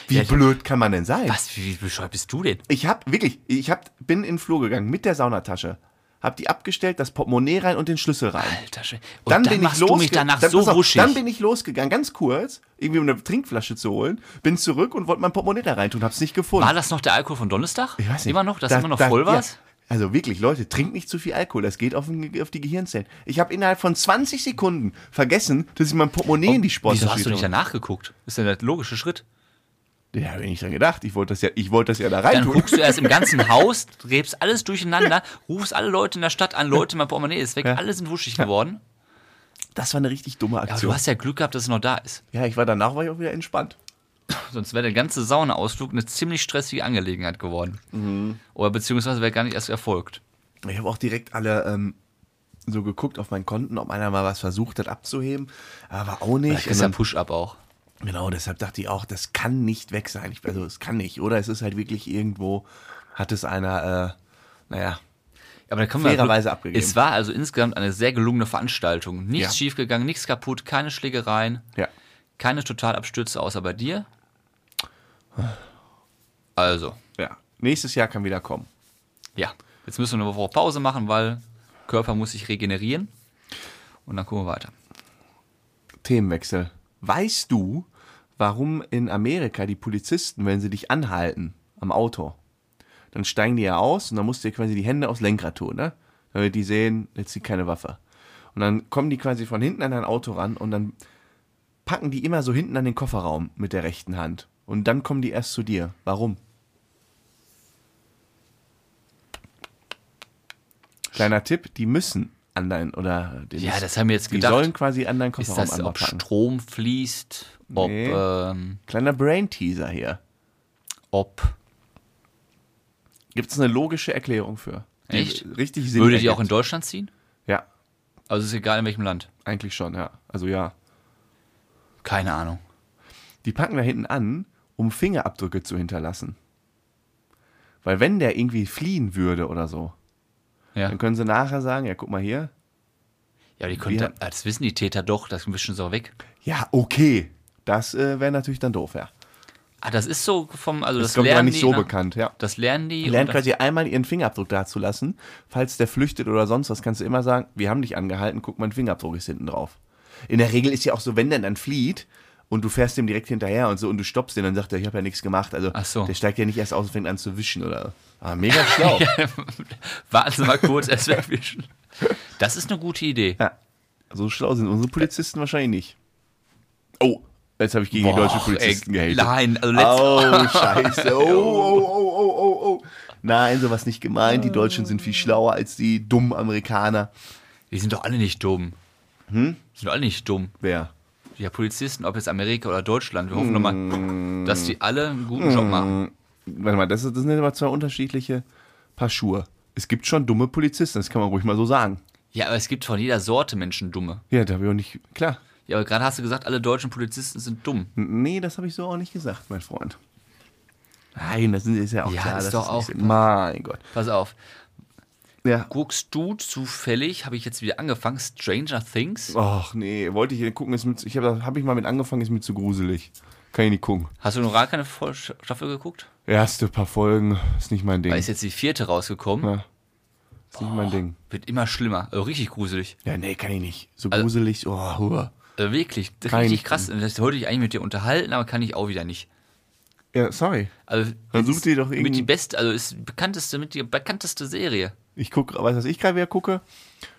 S1: Wie
S2: Ja, ich-
S1: blöd kann man denn sein?
S2: Was, wie, wie bescheuert bist du denn?
S1: Ich hab wirklich, ich hab, bin in den Flur gegangen mit der Saunatasche, hab die abgestellt, das Portemonnaie rein und den Schlüssel rein.
S2: Alter Schwede. Und dann,
S1: bin
S2: machst
S1: ich
S2: du
S1: losge-
S2: mich danach
S1: dann,
S2: so
S1: pass auf,
S2: wuschig.
S1: Dann bin ich losgegangen, ganz kurz, irgendwie um eine Trinkflasche zu holen, bin zurück und wollte mein Portemonnaie da reintun, hab's nicht gefunden.
S2: war das noch der Alkohol von Donnerstag?
S1: ich weiß nicht.
S2: Immer noch, dass
S1: Da-
S2: immer noch
S1: da-
S2: voll war's?
S1: Ja. Also wirklich, Leute, trinkt nicht zu viel Alkohol, das geht auf, den, auf die Gehirnzellen. Ich habe innerhalb von 20 Sekunden vergessen, dass ich mein Portemonnaie in die
S2: Oh, Wieso
S1: Sporttasche
S2: hast du nicht
S1: tue.
S2: danach geguckt? Ist ja der logische Schritt.
S1: Ja, hab ich nicht dran gedacht. Ich wollte das ja, ich wollte das ja da
S2: Dann
S1: reintun.
S2: guckst du erst im ganzen Haus, rebst alles durcheinander, rufst alle Leute in der Stadt an, Leute, mein Portemonnaie ist weg, alle sind wuschig geworden.
S1: Das war eine richtig dumme
S2: Aber du
S1: Aktion.
S2: hast ja Glück gehabt, dass es noch da ist.
S1: Ja, ich war danach war ich auch wieder entspannt.
S2: Sonst wäre der ganze Saunaausflug eine ziemlich stressige Angelegenheit geworden.
S1: Mhm.
S2: Oder beziehungsweise wäre gar nicht erst erfolgt.
S1: Ich habe auch direkt alle ähm, so geguckt auf meinen Konten, ob einer mal was versucht hat abzuheben, aber auch
S2: Das
S1: nicht.
S2: ist
S1: Und
S2: ja ein
S1: dann,
S2: Push-Up auch.
S1: genau, deshalb dachte ich auch, das kann nicht weg sein. Ich, also es kann nicht, oder? Es ist halt wirklich irgendwo, hat es einer, äh, naja,
S2: Aber da können wir
S1: Fairerweise abgegeben.
S2: Es war also insgesamt eine sehr gelungene Veranstaltung. Nichts
S1: Ja.
S2: schiefgegangen, nichts kaputt, keine Schlägereien,
S1: ja.
S2: keine Totalabstürze außer bei dir. Also,
S1: ja. Nächstes Jahr kann wieder kommen.
S2: ja. Jetzt müssen wir eine Woche Pause machen, weil Körper muss sich regenerieren. Und dann gucken wir weiter.
S1: Themenwechsel. Weißt du, warum in Amerika die Polizisten, wenn sie dich anhalten am Auto, dann steigen die ja aus und dann musst du dir quasi die Hände aufs Lenkrad tun, ne? Damit die sehen, jetzt zieht keine Waffe. Und dann kommen die quasi von hinten an dein Auto ran und dann packen die immer so hinten an den Kofferraum mit der rechten Hand. Und dann kommen die erst zu dir. Warum? Kleiner Tipp, die müssen an dein oder den
S2: Ja, das haben wir jetzt
S1: die
S2: gedacht.
S1: sollen quasi an deinen
S2: Ist
S1: Kofferraum
S2: das, ob
S1: anpacken.
S2: Strom fließt, ob,
S1: Nee.
S2: ähm,
S1: Kleiner Brain-Teaser hier.
S2: ob
S1: Gibt es eine logische Erklärung für? Die
S2: Echt?
S1: Richtig Sinn
S2: Würde die auch in
S1: ergibt.
S2: Deutschland ziehen?
S1: Ja,
S2: Also ist egal in welchem Land.
S1: eigentlich schon, ja. Also ja.
S2: Keine Ahnung.
S1: Die packen da hinten an, um Fingerabdrücke zu hinterlassen. Weil wenn der irgendwie fliehen würde oder so,
S2: Ja,
S1: dann können sie nachher sagen, ja, guck mal hier.
S2: ja die können,
S1: Wir-
S2: da- ah, das wissen die Täter doch, das wischen sie auch weg.
S1: Ja, okay. Das äh, wäre natürlich dann doof, ja.
S2: Ah, das ist so vom, also das,
S1: Das, kommt aber
S2: lernen
S1: nicht
S2: die.
S1: so
S2: na,
S1: bekannt, ja.
S2: Genau, Das lernen die.
S1: Die lernen
S2: und dann-
S1: quasi einmal ihren Fingerabdruck dazulassen. Falls der flüchtet oder sonst was, kannst du immer sagen, wir haben dich angehalten, guck, mein Fingerabdruck ist hinten drauf. In der Regel ist ja auch so, wenn der dann flieht und du fährst dem direkt hinterher und so und du stoppst den, dann sagt er, ich habe ja nichts gemacht. Also
S2: Ach so.
S1: der steigt ja nicht erst aus und fängt an zu wischen oder. Ah, mega schlau.
S2: Warten Sie mal kurz, erst wegwischen. Das ist eine gute Idee.
S1: ja. So schlau sind unsere Polizisten wahrscheinlich nicht. Oh, jetzt habe ich gegen die
S2: Boah,
S1: deutschen Polizisten
S2: ey,
S1: gehatet.
S2: Nein, also letztes
S1: Oh, scheiße. Oh, oh, oh, oh, oh, oh. Nein, sowas nicht gemeint. Die Deutschen sind viel schlauer als die dummen Amerikaner.
S2: Die sind doch alle nicht dumm. Hm? Die sind doch alle nicht dumm.
S1: Wer?
S2: Ja, Polizisten, ob jetzt Amerika oder Deutschland, wir hoffen
S1: Hm.
S2: nochmal, dass die alle einen guten Job machen.
S1: Warte mal, das, ist- das sind aber zwei unterschiedliche Paar Schuhe. Es gibt schon dumme Polizisten, das kann man ruhig mal so sagen.
S2: Ja, aber es gibt von jeder Sorte Menschen dumme.
S1: Ja, da habe ich auch nicht. Klar.
S2: Ja, aber gerade hast du gesagt, alle deutschen Polizisten sind dumm.
S1: N- Nee, das habe ich so auch nicht gesagt, mein Freund. Nein, das ist ja auch
S2: Ja,
S1: klar.
S2: ist
S1: das
S2: doch auch-
S1: nicht- Mein Gott.
S2: Pass auf.
S1: Ja.
S2: Guckst du zufällig, habe ich jetzt wieder angefangen, Stranger Things?
S1: Ach nee, wollte ich gucken, ist mit, ich habe hab ich mal mit angefangen, ist mir zu gruselig. Kann ich nicht gucken.
S2: Hast du noch gar keine Voll- Staffel geguckt?
S1: Erste paar Folgen ist nicht mein Ding.
S2: Da ist jetzt die vierte rausgekommen.
S1: Ja. Ist nicht
S2: Oh.
S1: mein Ding.
S2: Wird immer schlimmer. Also richtig gruselig.
S1: Ja, nee, kann ich nicht. So gruselig. Oh, hua.
S2: Also wirklich. Das ist
S1: Kann ich
S2: richtig
S1: nicht
S2: krass. Und Das wollte ich eigentlich mit dir unterhalten, aber kann ich auch wieder nicht.
S1: Ja, sorry.
S2: Also
S1: Dann
S2: ist
S1: such dir doch
S2: mit die
S1: irgendein-
S2: beste, also ist bekannteste, mit die bekannteste Serie.
S1: Ich gucke, weißt du, was ich gerade wieder gucke?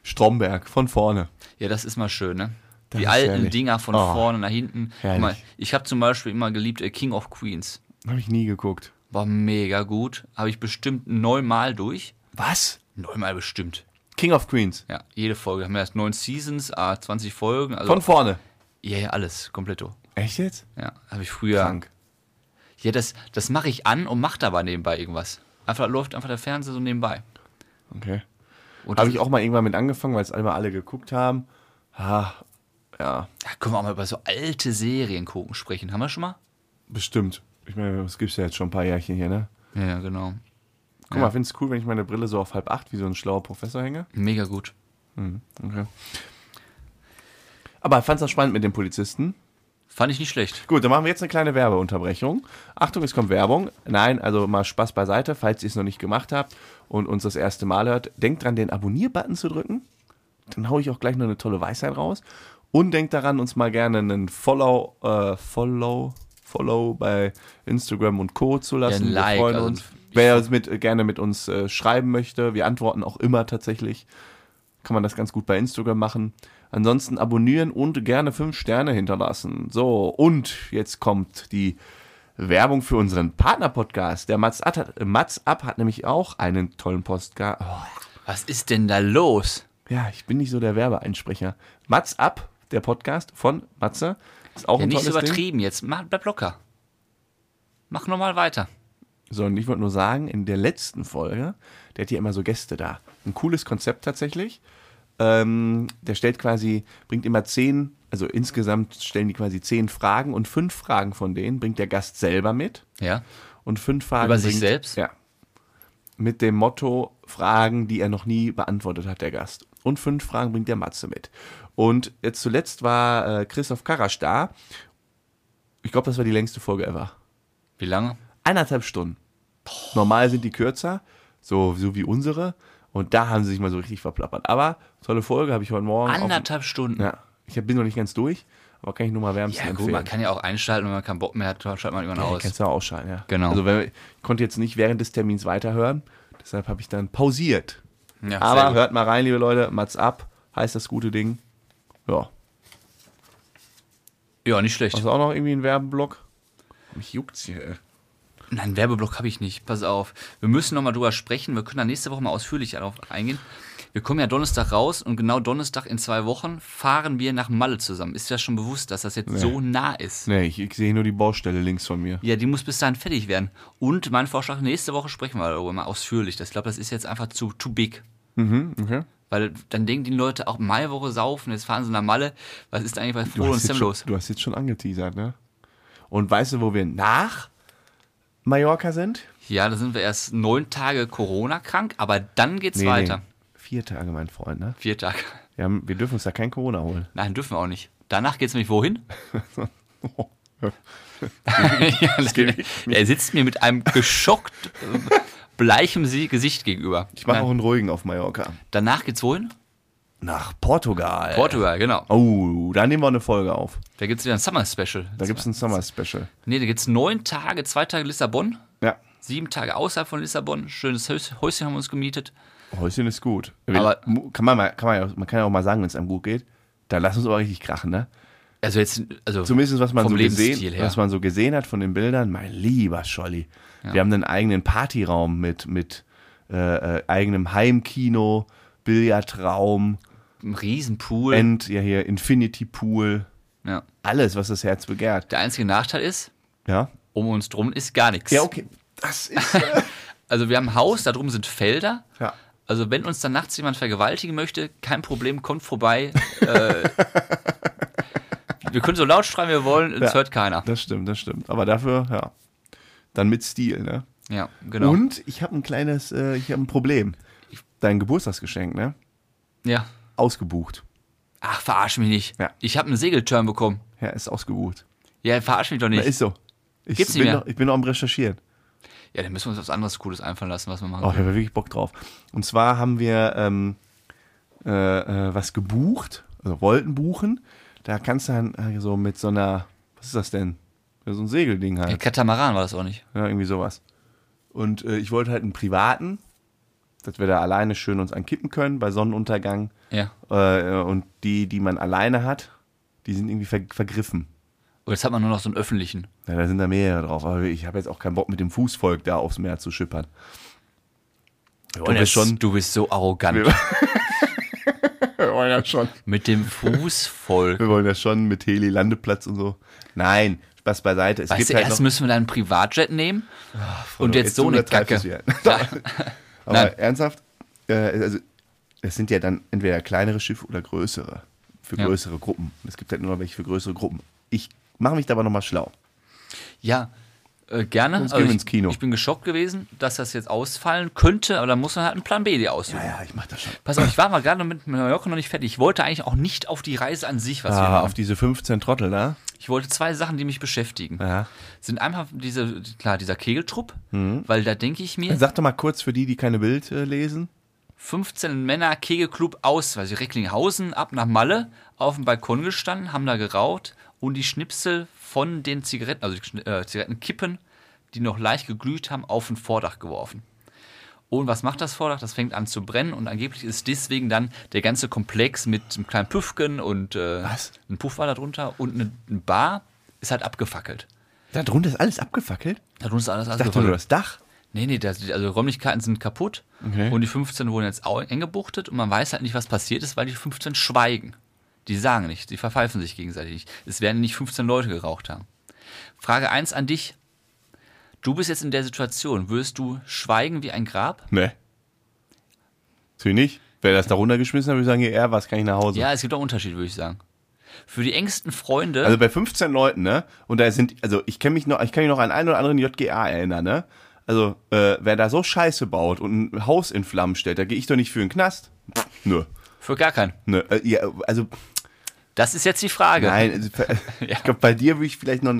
S1: Stromberg, von vorne.
S2: Ja, das ist mal schön, ne?
S1: Das
S2: die
S1: ist
S2: alten
S1: herrlich.
S2: Dinger von
S1: Oh,
S2: vorne nach hinten. Guck
S1: herrlich.
S2: Mal, ich habe zum Beispiel immer geliebt äh, King of Queens.
S1: Habe ich nie geguckt.
S2: War mega gut. Habe ich bestimmt neunmal durch.
S1: Was?
S2: Neunmal bestimmt.
S1: King of Queens.
S2: Ja, jede Folge. Haben wir erst neun Seasons, ah, 20 Folgen. Also,
S1: Von vorne.
S2: ja, ja, alles, kompletto.
S1: Echt jetzt?
S2: Ja, habe ich früher.
S1: Krank.
S2: Ja, das, das mache ich an und mache dabei nebenbei irgendwas. Einfach läuft einfach der Fernseher so nebenbei.
S1: Okay.
S2: Und
S1: Habe
S2: das-
S1: ich auch mal irgendwann mit angefangen, weil es einmal alle geguckt haben. Ah, ja,
S2: Ja, können wir auch mal über so alte Serien gucken sprechen. Haben wir schon mal?
S1: bestimmt. Ich meine, das gibt es ja jetzt schon ein paar Jährchen hier, ne?
S2: Ja, genau.
S1: Guck mal, finde es cool, wenn ich meine Brille so auf halb acht wie so ein schlauer Professor hänge.
S2: Mega gut.
S1: Okay. Aber fand's auch spannend mit den Polizisten.
S2: Fand ich nicht schlecht.
S1: Gut, dann machen wir jetzt eine kleine Werbeunterbrechung. Achtung, es kommt Werbung. Nein, also mal Spaß beiseite, falls ihr es noch nicht gemacht habt und uns das erste Mal hört. Denkt dran, den Abonnier-Button zu drücken. Dann hau ich auch gleich noch eine tolle Weisheit raus. Und denkt daran, uns mal gerne einen Follow, äh, Follow, Follow bei Instagram und Co. zu lassen.
S2: Ja, ein Like,
S1: wir freuen
S2: also
S1: uns.
S2: ein-
S1: Wer es mit, gerne mit uns äh, schreiben möchte, wir antworten auch immer tatsächlich. Kann man das ganz gut bei Instagram machen. Ansonsten abonnieren und gerne 5 Sterne hinterlassen. So, und jetzt kommt die Werbung für unseren Partner-Podcast. Der Mats, Ad hat, Mats Ab hat nämlich auch einen tollen Podcast. Oh,
S2: Was ist denn da los?
S1: ja, ich bin nicht so der Werbeeinsprecher. Mats Ab, der Podcast von Matze, ist auch
S2: Ja,
S1: ein
S2: nicht so
S1: tolles Ding.
S2: übertrieben jetzt. Mach, bleib locker. Mach nochmal weiter.
S1: sondern ich wollte nur sagen, in der letzten Folge, der hat ja immer so Gäste da. Ein cooles Konzept tatsächlich. Ähm, der stellt quasi, bringt immer zehn, also insgesamt stellen die quasi zehn Fragen und fünf Fragen von denen bringt der Gast selber mit
S2: Ja.
S1: und fünf Fragen
S2: Über sich
S1: bringt,
S2: selbst?
S1: Ja. Mit dem Motto Fragen, die er noch nie beantwortet hat, der Gast. Und fünf Fragen bringt der Matze mit. Und jetzt zuletzt war äh, Christoph Karasch da. Ich glaube, das war die längste Folge ever
S2: Wie lange?
S1: eineinhalb Stunden. Normal sind die kürzer, so, so wie unsere. Und da haben sie sich mal so richtig verplappert. Aber tolle Folge habe ich heute Morgen. auf-
S2: Anderthalb Stunden.
S1: ja, ich hab- bin noch nicht ganz durch, aber kann ich nur mal wärmstens
S2: Ja, gut,
S1: empfehlen.
S2: man kann ja auch einschalten, wenn man keinen Bock mehr hat, schaltet man irgendwann
S1: ja,
S2: aus.
S1: kannst du auch ausschalten, ja.
S2: Genau.
S1: Also wenn, ich konnte jetzt nicht während des Termins weiterhören, deshalb habe ich dann pausiert.
S2: Ja, sehr
S1: aber
S2: gut.
S1: hört mal rein, liebe Leute, Mats ab, heißt das gute Ding. Ja.
S2: ja, nicht schlecht.
S1: Hast du auch noch irgendwie einen Werbeblock? Mich juckt's hier, ey.
S2: Nein, Werbeblock habe ich nicht. Pass auf. Wir müssen nochmal drüber sprechen. Wir können da nächste Woche mal ausführlich darauf eingehen. Wir kommen ja Donnerstag raus und genau Donnerstag in zwei Wochen fahren wir nach Malle zusammen. Ist dir das schon bewusst, dass das jetzt so nah ist?
S1: Nee, ich, ich sehe nur die Baustelle links von mir.
S2: Ja, die muss bis dahin fertig werden. Und mein Vorschlag, nächste Woche sprechen wir darüber mal ausführlich. Das- Ich glaube, das ist jetzt einfach zu too big.
S1: Mhm, okay.
S2: Weil dann denken die Leute auch Maiwoche saufen, jetzt fahren sie nach Malle. Was Oh, ist eigentlich bei
S1: Du
S2: Frodo und
S1: hast jetzt
S2: Sam los?
S1: Schon, du hast jetzt schon angeteasert, ne? Und weißt du, wo wir nach Mallorca sind?
S2: Ja, da sind wir erst neun Tage Corona krank, aber dann geht's weiter.
S1: Vier Tage, mein Freund, ne?
S2: Vier Tage.
S1: Wir, haben, wir dürfen uns da kein Corona holen.
S2: Nein, dürfen wir auch nicht. Danach geht's nämlich wohin? ja, er sitzt mir mit einem geschockt äh, bleichem Sie- Gesicht gegenüber.
S1: Ich mache
S2: Nein,
S1: auch Äh. einen ruhigen auf Mallorca.
S2: Danach geht's wohin?
S1: Nach Portugal.
S2: Portugal, genau.
S1: Oh, da nehmen wir eine Folge auf.
S2: Da gibt es wieder ein Summer Special.
S1: Da gibt es ein Summer Special.
S2: Nee, da gibt es neun Tage, zwei Tage Lissabon,
S1: Ja.
S2: sieben Tage außerhalb von Lissabon. Schönes Häus- Häuschen haben wir uns gemietet.
S1: Häuschen ist gut. Wir-
S2: Aber-
S1: mu- kann man, mal, kann man, ja, man kann ja auch mal sagen, wenn es einem gut geht. Dann lass uns aber richtig krachen, ne?
S2: Also jetzt, also
S1: Zumindest was man
S2: vom
S1: so
S2: Lebensstil
S1: gesehen,
S2: her.
S1: was man so gesehen hat von den Bildern. Mein lieber Scholli, wir haben einen eigenen Partyraum mit mit äh, äh, eigenem Heimkino, Billardraum
S2: Ein Riesenpool.
S1: End ja hier Infinity Pool,
S2: ja.
S1: alles was das Herz begehrt.
S2: Der einzige Nachteil ist,
S1: Ja.
S2: um uns drum ist gar nichts.
S1: Ja okay, das ist äh,
S2: Also wir haben ein Haus, da drum sind Felder.
S1: ja.
S2: Also wenn uns dann nachts jemand vergewaltigen möchte, kein Problem, kommt vorbei. äh, wir können so laut schreien, wie wir wollen, es
S1: Ja.
S2: hört keiner.
S1: Das stimmt, das stimmt. Aber dafür ja, dann mit Stil, ne?
S2: Ja, genau.
S1: Und ich habe ein kleines, äh, ich habe ein Problem. Dein Geburtstagsgeschenk, ne?
S2: Ja.
S1: Ausgebucht.
S2: Ach, verarsch mich nicht.
S1: Ja.
S2: Ich habe einen Segelturn bekommen.
S1: Ja, ist ausgebucht.
S2: Ja, verarsch mich doch
S1: Na,
S2: nicht.
S1: ist so. Ich
S2: Gibt's nicht
S1: bin
S2: mehr.
S1: Noch, ich bin noch am Recherchieren.
S2: Ja, dann müssen wir uns was anderes Cooles einfallen lassen, was wir machen.
S1: Oh, ich habe wirklich Bock drauf. Und zwar haben wir ähm, äh, äh, was gebucht, also wollten buchen. Da kannst du dann äh, so mit so einer, was ist das denn? Ja, So ein Segelding
S2: Ja,
S1: halt.
S2: Katamaran war das auch nicht.
S1: Ja, irgendwie sowas. Und äh, ich wollte halt einen privaten, dass wir da alleine schön uns ankippen können bei Sonnenuntergang.
S2: Ja.
S1: Äh, und die, die man alleine hat, die sind irgendwie ver vergriffen.
S2: Und jetzt hat man nur noch so einen öffentlichen.
S1: Ja, da sind da mehrere drauf. Aber ich habe jetzt auch keinen Bock, mit dem Fußvolk da aufs Meer zu schippern. Wir wollen das schon.
S2: du bist so arrogant.
S1: Wir wollen das schon.
S2: Mit dem Fußvolk.
S1: Wir wollen das schon mit Heli, Landeplatz und so. Nein, Spaß beiseite. Es
S2: Weißt du,
S1: gibt halt noch,
S2: erst
S1: Ah,
S2: müssen wir dann einen Privatjet nehmen und jetzt, so eine
S1: übertreibst
S2: Kacke.
S1: du's wieder. Aber
S2: Nein.
S1: ernsthaft, äh, also, es sind ja dann entweder kleinere Schiffe oder größere. Für
S2: Ja.
S1: größere Gruppen. Es gibt halt nur noch welche für größere Gruppen. Ich mache mich da aber nochmal schlau.
S2: Ja, äh, gerne.
S1: Sonst gehen wir
S2: ich,
S1: ins Kino.
S2: ich bin geschockt gewesen, dass das jetzt ausfallen könnte, aber dann muss man halt einen Plan B dir aussuchen.
S1: Ah Ja, ich mache das schon.
S2: Pass auf, ich war mal gerade mit Mallorca noch nicht fertig. Ich wollte eigentlich auch nicht auf die Reise an sich was wir
S1: Ah,
S2: machen.
S1: auf diese 15 Trottel, ne?
S2: Ich wollte zwei Sachen, die mich beschäftigen.
S1: Ja.
S2: Sind einfach diese, klar, dieser Kegeltrupp,
S1: Mhm.
S2: weil da denke ich mir,
S1: Sag doch mal kurz für die, die keine Bild äh, lesen.
S2: 15 Männer Kegelclub aus, weiß ich, Recklinghausen, ab nach Malle, auf dem Balkon gestanden, haben da geraucht und die Schnipsel von den Zigaretten, also die Schn- äh, Zigarettenkippen, die noch leicht geglüht haben, auf den Vordach geworfen. Und was macht das Vordach? Das fängt an zu brennen und angeblich ist deswegen dann der ganze Komplex mit einem kleinen Püffken und äh,
S1: Was?
S2: ein Puff war da drunter und eine, eine Bar ist halt abgefackelt.
S1: Da drunter ist alles abgefackelt.
S2: Da tun sie alles, alles
S1: Ich dachte nur das Dach.
S2: Nee, nee, das, also die Räumlichkeiten sind kaputt
S1: Okay.
S2: und die 15 wurden jetzt au- eingebuchtet und man weiß halt nicht, was passiert ist, weil die 15 schweigen. Die sagen nicht, die verpfeifen sich gegenseitig nicht. Es werden nicht 15 Leute geraucht haben. Frage 1 an dich. Du bist jetzt in der Situation, würdest du schweigen wie ein Grab?
S1: Ne. Natürlich nicht. Wer das da runtergeschmissen hat, würde ich sagen, hier, er was, kann ich nach Hause.
S2: Ja, es gibt auch Unterschied, würde ich sagen. Für die engsten Freunde,
S1: Also bei 15 Leuten, ne? Und da sind, also ich kenne mich noch, ich kann mich noch an einen oder anderen JGA erinnern, ne? Also, äh, wer da so Scheiße baut und ein Haus in Flammen stellt, da gehe ich doch nicht für den Knast. Pff, Nö.
S2: für gar keinen.
S1: Nö. Äh, ja, also,
S2: Das ist jetzt die Frage.
S1: nein, also, ich glaube, bei dir würde ich vielleicht noch,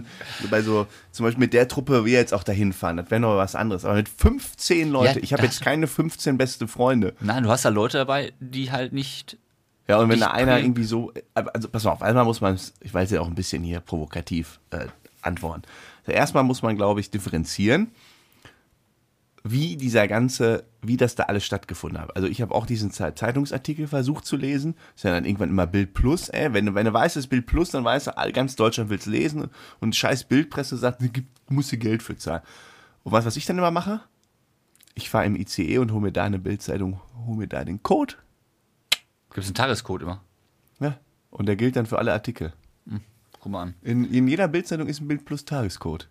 S1: bei so, zum Beispiel mit der Truppe, wir jetzt auch dahin fahren, das wäre noch was anderes. Aber mit 15 Leute,
S2: Ja,
S1: ich habe
S2: das-
S1: jetzt keine 15 beste Freunde.
S2: Nein, du hast da Leute dabei, die halt nicht
S1: Ja, und wenn da
S2: Nicht
S1: einer
S2: prä-
S1: irgendwie so, also pass mal auf, einmal muss man, ich weiß ja auch ein bisschen hier provokativ äh, antworten. Also erstmal muss man, glaube ich, differenzieren, wie dieser ganze, wie das da alles stattgefunden hat. Also ich habe auch diesen Ze- Zeitungsartikel versucht zu lesen, ist ja dann irgendwann immer Bild Plus, ey, wenn, du- wenn du weißt, es ist Bild Plus, dann weißt du, all- ganz Deutschland will's lesen und scheiß Bildpresse sagt, ne, gibt, musst du Geld für zahlen. Und weißt du, was ich dann immer mache? Ich fahre im ICE und hole mir da eine Bildzeitung, hole mir da den Code
S2: Gibt es einen Tagescode immer?
S1: ja, und der gilt dann für alle Artikel.
S2: Guck mal an.
S1: In, in jeder Bildzeitung ist ein Bild plus Tagescode.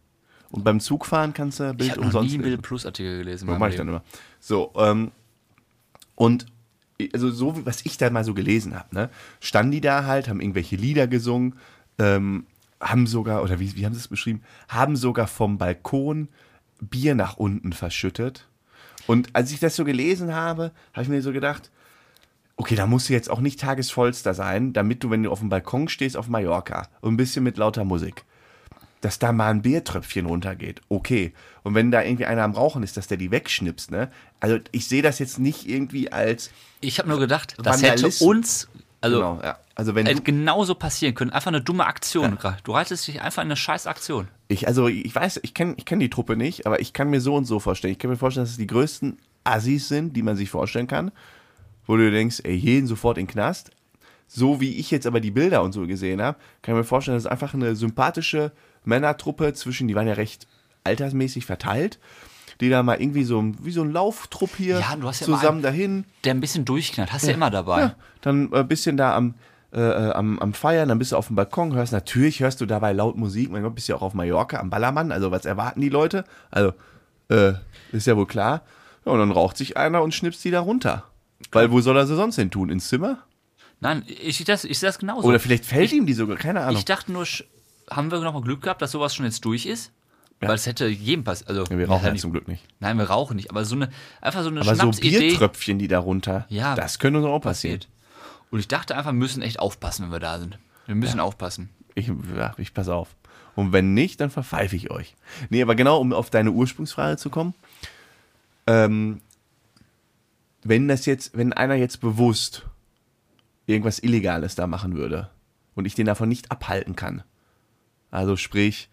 S1: Und beim Zugfahren kannst du
S2: Ich
S1: Bild
S2: habe noch nie
S1: umsonst.
S2: einen Bild Plus Artikel gelesen. in
S1: Das
S2: meinem
S1: mache ich dann
S2: Leben.
S1: immer. So, ähm, und i- also so, wie- was ich da mal so gelesen habe, ne, standen die da halt, haben irgendwelche Lieder gesungen, ähm, haben sogar, oder wie, wie haben sie es beschrieben, haben sogar vom Balkon Bier nach unten verschüttet. Und als ich das so gelesen habe, habe ich mir so gedacht, okay, da musst du jetzt auch nicht tagesvollster sein, damit du, wenn du auf dem Balkon stehst auf Mallorca und ein bisschen mit lauter Musik, dass da mal ein Biertröpfchen runtergeht. Okay. Und wenn da irgendwie einer am Rauchen ist, dass der die wegschnipst, ne? Also ich sehe das jetzt nicht irgendwie als.
S2: Ich habe nur gedacht, das hätte
S1: Vandalismus.
S2: uns, also
S1: genau, ja. Also wenn
S2: äh,
S1: du,
S2: genauso passieren können. Einfach eine dumme Aktion. Du reitest dich einfach in eine scheiß Aktion.
S1: ich, also ich weiß, ich kenne ich kenn die Truppe nicht, aber ich kann mir so und so vorstellen. Ich kann mir vorstellen, dass es die größten Assis sind, die man sich vorstellen kann, wo du denkst, ey, jeden sofort in den Knast. So wie ich jetzt aber die Bilder und so gesehen habe, kann ich mir vorstellen, dass es einfach eine sympathische Männertruppe zwischen, die waren ja recht altersmäßig verteilt, die da mal irgendwie so ein- wie so ein Lauftrupp hier
S2: Ja, du hast ja immer
S1: zusammen
S2: einen-
S1: dahin.
S2: Der ein bisschen durchknallt, hast du ja, immer dabei.
S1: Ja, dann ein bisschen da am, äh, äh, am, am Feiern, dann bist du auf dem Balkon, hörst natürlich, hörst du dabei laut Musik, mein Gott, bist ja auch auf Mallorca, am Ballermann, also was erwarten die Leute? Also, äh, ist ja wohl klar. Ja, und dann raucht sich einer und schnipst die da runter. Weil wo soll er sie sonst hin tun? Ins Zimmer?
S2: Nein, ich sehe das, ich seh das genauso.
S1: Oder vielleicht fällt ihm die sogar, keine Ahnung.
S2: ich dachte nur, sch- haben wir nochmal Glück gehabt, dass sowas schon jetzt durch ist? Weil es hätte jedem passiert. Also,
S1: ja, wir rauchen ja
S2: nicht.
S1: zum Glück nicht.
S2: Nein, wir rauchen nicht. Aber so eine, einfach so eine
S1: Aber so
S2: Schnapsidee
S1: Biertröpfchen, die da runter,
S2: Ja.
S1: das könnte uns auch passieren.
S2: passiert. Und ich dachte einfach, wir müssen echt aufpassen, wenn wir da sind. Wir müssen aufpassen.
S1: Ich, ja, ich pass auf. Und wenn nicht, dann verpfeife ich euch. Nee, aber genau, um auf deine Ursprungsfrage zu kommen. Ähm, wenn das jetzt, wenn einer jetzt bewusst irgendwas Illegales da machen würde und ich den davon nicht abhalten kann. Also sprich,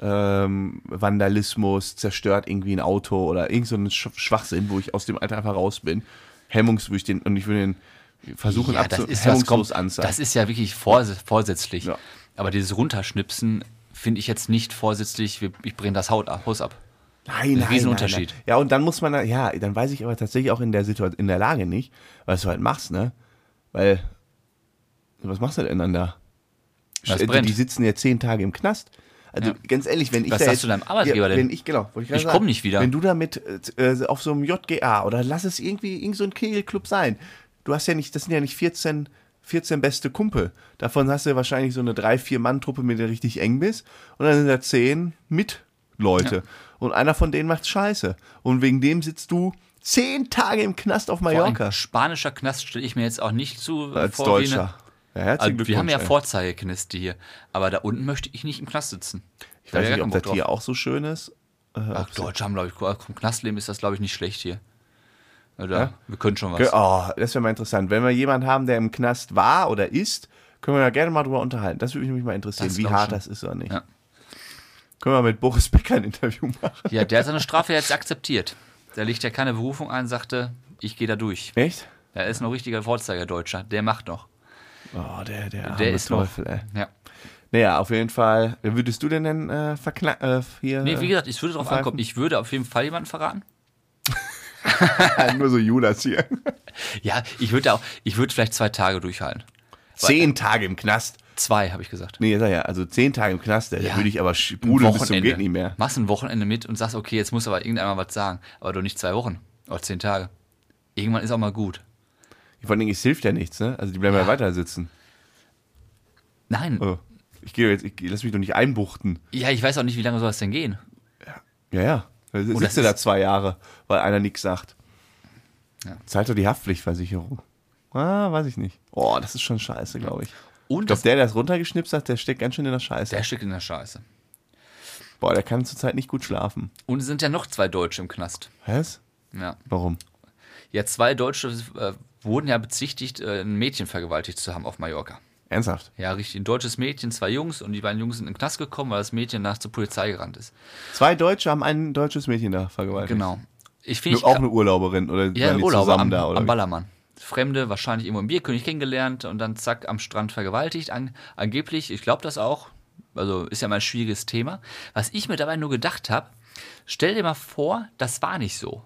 S1: ähm, Vandalismus, zerstört irgendwie ein Auto oder irgend so einen Sch Schwachsinn, wo ich aus dem Alter einfach raus bin. Hemmungs, wo ich den, und ich würde den versuchen
S2: Ja,
S1: abzu-
S2: das ist, was
S1: hemmungslos
S2: kommt,
S1: anzeigen.
S2: das ist ja wirklich vors vorsätzlich.
S1: Ja.
S2: Aber dieses Runterschnipsen finde ich jetzt nicht vorsätzlich, wir- ich bringe das Haut ab, Haus ab.
S1: Nein, nein,
S2: Riesenunterschied.
S1: Nein, nein. Ja, und dann muss man, da- ja, dann weiß ich aber tatsächlich auch in der Situation, in der Lage nicht, was du halt machst, ne? Weil, was machst du denn dann da?
S2: Das
S1: Die-
S2: brennt.
S1: Die sitzen ja zehn Tage im Knast. Also
S2: Ja.
S1: ganz ehrlich, wenn ich
S2: Was
S1: da
S2: sagst
S1: jetzt,
S2: du deinem Arbeitgeber
S1: ja,
S2: denn?
S1: Wenn ich, genau, wollte gerade
S2: Ich
S1: sagen.
S2: komm nicht wieder.
S1: Wenn du damit äh, auf so einem JGA oder lass es irgendwie irgend so ein Kegelclub sein. Du hast ja nicht, das sind ja nicht 14, 14 beste Kumpel. Davon hast du wahrscheinlich so eine 3, 4 Mann-Truppe, mit der du richtig eng bist. Und dann sind da 10 Mitleute. Und einer von denen macht Scheiße. Und wegen dem sitzt du 10 Tage im Knast auf
S2: Vor
S1: Mallorca.
S2: allem spanischer Knast stelle ich mir jetzt auch nicht zu.
S1: Als
S2: vor wie eine-
S1: Deutscher. Ja, herzlichen
S2: Also,
S1: Glückwunsch.
S2: wir haben ja
S1: ey.
S2: Vorzeigekniste hier, aber da unten möchte ich nicht im Knast sitzen.
S1: ich
S2: Da hab
S1: weiß nicht,
S2: gar
S1: ob
S2: keinen
S1: das
S2: Bock
S1: hier
S2: drauf.
S1: auch so schön ist.
S2: Ach, Deutsche haben, glaube ich, vom Knastleben ist das, glaube ich, nicht schlecht hier. Oder wir können schon was.
S1: Ge- Oh, das wäre mal interessant. Wenn wir jemanden haben, der im Knast war oder ist, können wir ja gerne mal drüber unterhalten. Das würde mich mal interessieren,
S2: Das
S1: wie
S2: glaub ich
S1: hart
S2: schon.
S1: das ist oder nicht.
S2: Ja.
S1: Können wir mit Boris Becker ein Interview machen?
S2: Ja, der hat seine Strafe jetzt akzeptiert. Da legt ja keine Berufung ein, sagte, ich gehe da durch.
S1: Echt?
S2: Er ist noch richtiger Vorzeigerdeutscher, der macht noch.
S1: Oh, der, der, arme
S2: Der ist noch.
S1: Teufel, ey.
S2: Ja.
S1: Naja, auf jeden Fall. Wer Würdest du denn denn äh, verkna äh, hier?
S2: Nee, wie gesagt, ich würde darauf
S1: Pfeifen.
S2: ankommen, ich würde auf jeden Fall jemanden verraten.
S1: gesagt, nur so Judas hier.
S2: Ja, ich würde auch, ich würde vielleicht zwei Tage durchhalten.
S1: zehn Tage im Knast.
S2: Zwei, habe ich gesagt.
S1: Nee, sag ja, also zehn Tage im Knast, ey, da
S2: Ja.
S1: würde ich aber sch- brudeln bis zum
S2: Wochenende.
S1: geht nicht mehr.
S2: Machst ein Wochenende mit und sagst, okay, jetzt muss aber irgendeiner was sagen. Aber doch nicht zwei Wochen oder zehn Tage. Irgendwann ist auch mal gut.
S1: Vor allen Dingen, es hilft ja nichts, ne? Also die bleiben ja, weiter sitzen.
S2: Nein.
S1: Also, ich gehe jetzt, ich lass mich doch nicht einbuchten.
S2: Ja, ich weiß auch nicht, wie lange soll das denn gehen.
S1: Ja, ja. Da sitzt
S2: das
S1: du da
S2: ist-
S1: zwei Jahre, weil einer nichts sagt.
S2: Ja.
S1: Zahlt doch die Haftpflichtversicherung. Ah, weiß ich nicht. Oh, das ist schon scheiße, glaube ich.
S2: Und
S1: Ich glaube,
S2: das,
S1: der,
S2: der,
S1: der es runtergeschnipst hat, der steckt ganz schön in der Scheiße.
S2: steckt in der Scheiße.
S1: Boah, der kann zurzeit nicht gut schlafen.
S2: Und es sind ja noch zwei Deutsche im Knast.
S1: Was?
S2: Ja.
S1: Warum?
S2: Ja, zwei Deutsche äh, wurden ja bezichtigt, äh, ein Mädchen vergewaltigt zu haben auf Mallorca.
S1: Ernsthaft?
S2: Ja, richtig. Ein deutsches Mädchen, zwei Jungs und die beiden Jungs sind in den Knast gekommen, weil das Mädchen nach zur Polizei gerannt ist.
S1: Zwei Deutsche haben ein deutsches Mädchen da vergewaltigt.
S2: Genau. Ich finde
S1: Nur
S2: ich
S1: auch eine Urlauberin oder waren
S2: ja,
S1: die
S2: im Urlaub
S1: zusammen
S2: am,
S1: da oder
S2: am
S1: wie?
S2: Ballermann. Fremde, wahrscheinlich irgendwo im Bierkönig kennengelernt und dann zack am Strand vergewaltigt. An, angeblich, ich glaube das auch. Also ist ja mal ein schwieriges Thema. Was ich mir dabei nur gedacht habe, stell dir mal vor, das war nicht so.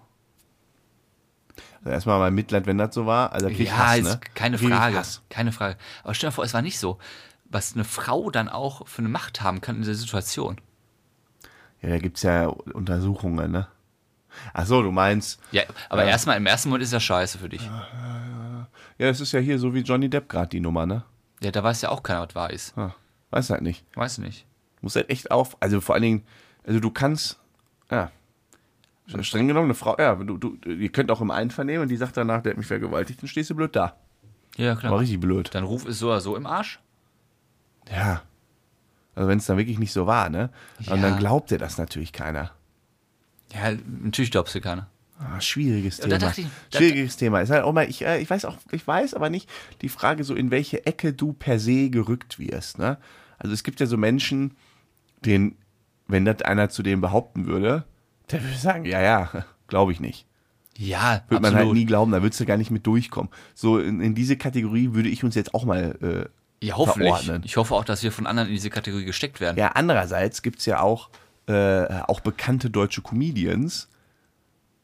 S1: Also erstmal mein Mitleid, wenn das so war. Also da krieg ich
S2: ja,
S1: Hass,
S2: ist
S1: ne?
S2: keine
S1: Da krieg ich
S2: Frage.
S1: Hass.
S2: Keine Frage. Aber stell dir vor, es war nicht so. Was eine Frau dann auch für eine Macht haben kann in der Situation.
S1: Ja, da gibt's ja Untersuchungen, ne? Ach so, du meinst,
S2: Ja, aber
S1: Ja.
S2: erstmal im ersten Moment ist das scheiße für dich.
S1: ja, es ist ja hier so wie Johnny Depp gerade die Nummer, ne?
S2: Ja, da weiß ja auch keiner, was wahr ist.
S1: Ah, weiß halt nicht.
S2: Weiß nicht.
S1: Muss halt echt auf. Also vor allen Dingen, also du kannst, ja. Streng genommen, eine Frau, ja, du, du, ihr könnt auch im Einvernehmen und die sagt danach, der hat mich vergewaltigt, dann stehst du blöd da.
S2: Ja,
S1: War
S2: klar.
S1: richtig blöd.
S2: Dein Ruf ist so oder so im Arsch.
S1: Ja. Also wenn es dann wirklich nicht so war, ne? Und
S2: Ja.
S1: dann glaubt dir das natürlich keiner.
S2: Ja, natürlich glaubst du keiner.
S1: Ah, schwieriges
S2: da
S1: Thema.
S2: dachte ich- da-
S1: schwieriges Thema. Ist halt auch mal, ich, äh, ich weiß auch, ich weiß aber nicht die Frage so, in welche Ecke du per se gerückt wirst. Ne? Also es gibt ja so Menschen, den, wenn das einer zu dem behaupten würde, der würde sagen, ja, ja, glaube ich nicht.
S2: Ja,
S1: Würde man halt
S2: absolut.
S1: nie glauben, da würdest du gar nicht mit durchkommen. So in, in diese Kategorie würde ich uns jetzt auch mal äh,
S2: ja, hoffentlich.
S1: verordnen.
S2: Ich hoffe auch, dass wir von anderen in diese Kategorie gesteckt werden.
S1: Ja, andererseits gibt's ja auch, äh, auch bekannte deutsche Comedians,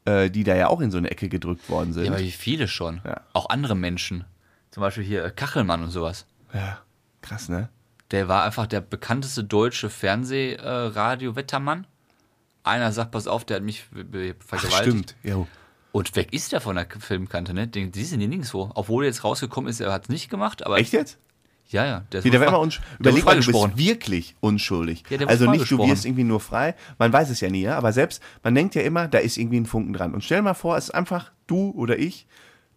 S1: äh, die da ja auch in so eine Ecke gedrückt worden sind.
S2: Ja, aber wie viele schon.
S1: Ja.
S2: Auch andere Menschen. Zum Beispiel hier äh, Kachelmann und sowas.
S1: Ja, krass, ne?
S2: Der war einfach der bekannteste deutsche Fernseh-Radio-Wettermann. Einer sagt, pass auf, der hat mich be- be-
S1: stimmt,
S2: vergewaltigt.
S1: ja.
S2: Und weg ist er von der K- Filmkante, ne? Den, die sind hier nirgendwo. Obwohl jetzt rausgekommen ist, er hat es nicht gemacht, aber.
S1: Echt jetzt?
S2: Ja, ja. Der ist
S1: Nee, der
S2: wohl
S1: war
S2: frei-
S1: immer unschuldig.
S2: der wurde
S1: Überleg mal, du
S2: freigesprochen.
S1: bist wirklich unschuldig.
S2: Ja, der wurde
S1: also nicht, du
S2: freigesprochen.
S1: wirst irgendwie nur frei. Man weiß es ja nie, ja? aber selbst, man denkt ja immer, da ist irgendwie ein Funken dran. Und stell mal vor, es ist einfach du oder ich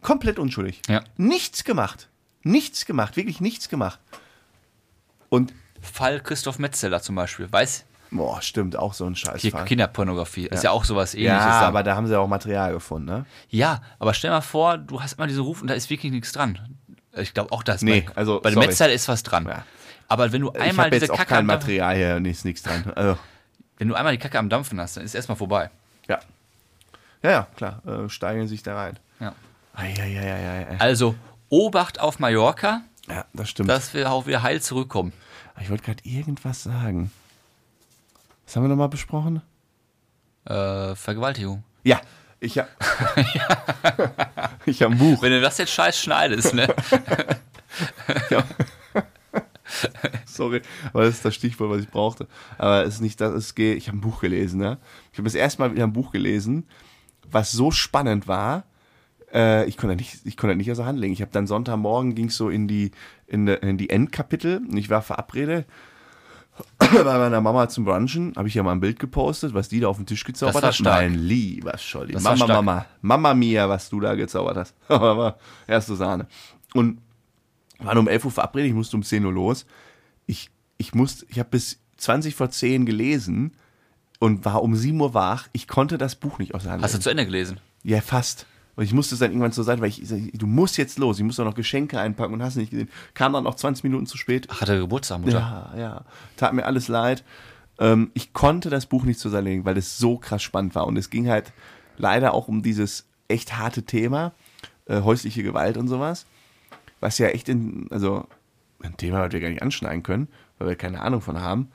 S1: komplett unschuldig.
S2: Ja.
S1: Nichts gemacht. Nichts gemacht. Wirklich nichts gemacht. Und,
S2: Fall Christoph Metzeler zum Beispiel. Weiß,
S1: boah, stimmt, auch so ein
S2: hier
S1: Scheißfall.
S2: Kinderpornografie. Ist ja auch sowas ähnliches.
S1: Ja,
S2: da.
S1: aber da haben sie auch Material gefunden, ne?
S2: ja, aber stell mal vor, du hast immer diesen Ruf und da ist wirklich nichts dran. Ich glaube auch, dass
S1: Nee,
S2: bei,
S1: also,
S2: bei dem
S1: sorry.
S2: Metzeler ist was dran.
S1: Ja.
S2: Aber wenn du
S1: ich
S2: einmal
S1: habe
S2: diese
S1: jetzt auch
S2: Kacke
S1: kein
S2: am Dampfen,
S1: Material hier, nee, ist nichts dran. Also,
S2: wenn du einmal die Kacke am Dampfen hast, dann ist erstmal vorbei.
S1: ja. Ja, ja, klar, äh, steigern sich da rein.
S2: Ja.
S1: Eieieiei.
S2: Also, Obacht auf Mallorca,
S1: Ja, das stimmt. Ah,
S2: dass wir auch wieder heil zurückkommen.
S1: ich wollte gerade irgendwas sagen. Was haben wir nochmal besprochen?
S2: Äh, Vergewaltigung.
S1: Ja, ich habe ich hab ein Buch.
S2: Wenn du das jetzt scheiß schneidest, ne?
S1: Sorry, aber das ist das Stichwort, was ich brauchte. Aber es ist nicht das, es geht. Ich habe ein Buch gelesen, ne? Ich habe das erste Mal wieder ein Buch gelesen, was so spannend war. Äh, ich konnte das nicht, ich konnte das nicht aus der Hand legen. Ich habe dann Sonntagmorgen ging so in die in, de, in die Endkapitel und ich war verabredet bei meiner Mama zum Brunchen. Habe ich ja mal ein Bild gepostet, was die da auf den Tisch gezaubert
S2: Das war
S1: hat.
S2: stark.
S1: Mein lieber Scholli,
S2: Das war
S1: Mama,
S2: stark.
S1: Mama, Mama Mia, was du da gezaubert hast. Aber erste Sahne. Und waren um 11 Uhr verabredet, ich musste um 10 Uhr los. Ich, ich musste, ich habe bis 20 vor 10 gelesen und war um 7 Uhr wach. Ich konnte das Buch nicht aus der Hand
S2: Hast du
S1: legen.
S2: zu Ende gelesen?
S1: Ja, fast. Und ich musste es dann irgendwann zur Seite, weil ich, du musst jetzt los, ich muss doch noch Geschenke einpacken und hast nicht gesehen. Kam dann auch 20 Minuten zu spät.
S2: Ach, hat er Geburtstag, Mutter?
S1: Ja, ja. Tat mir alles leid. Ähm, ich konnte das Buch nicht zur Seite legen, weil es so krass spannend war. Und es ging halt leider auch um dieses echt harte Thema, äh, häusliche Gewalt und sowas. Was ja echt in, also ein Thema, was wir gar nicht anschneiden können, weil wir keine Ahnung von haben.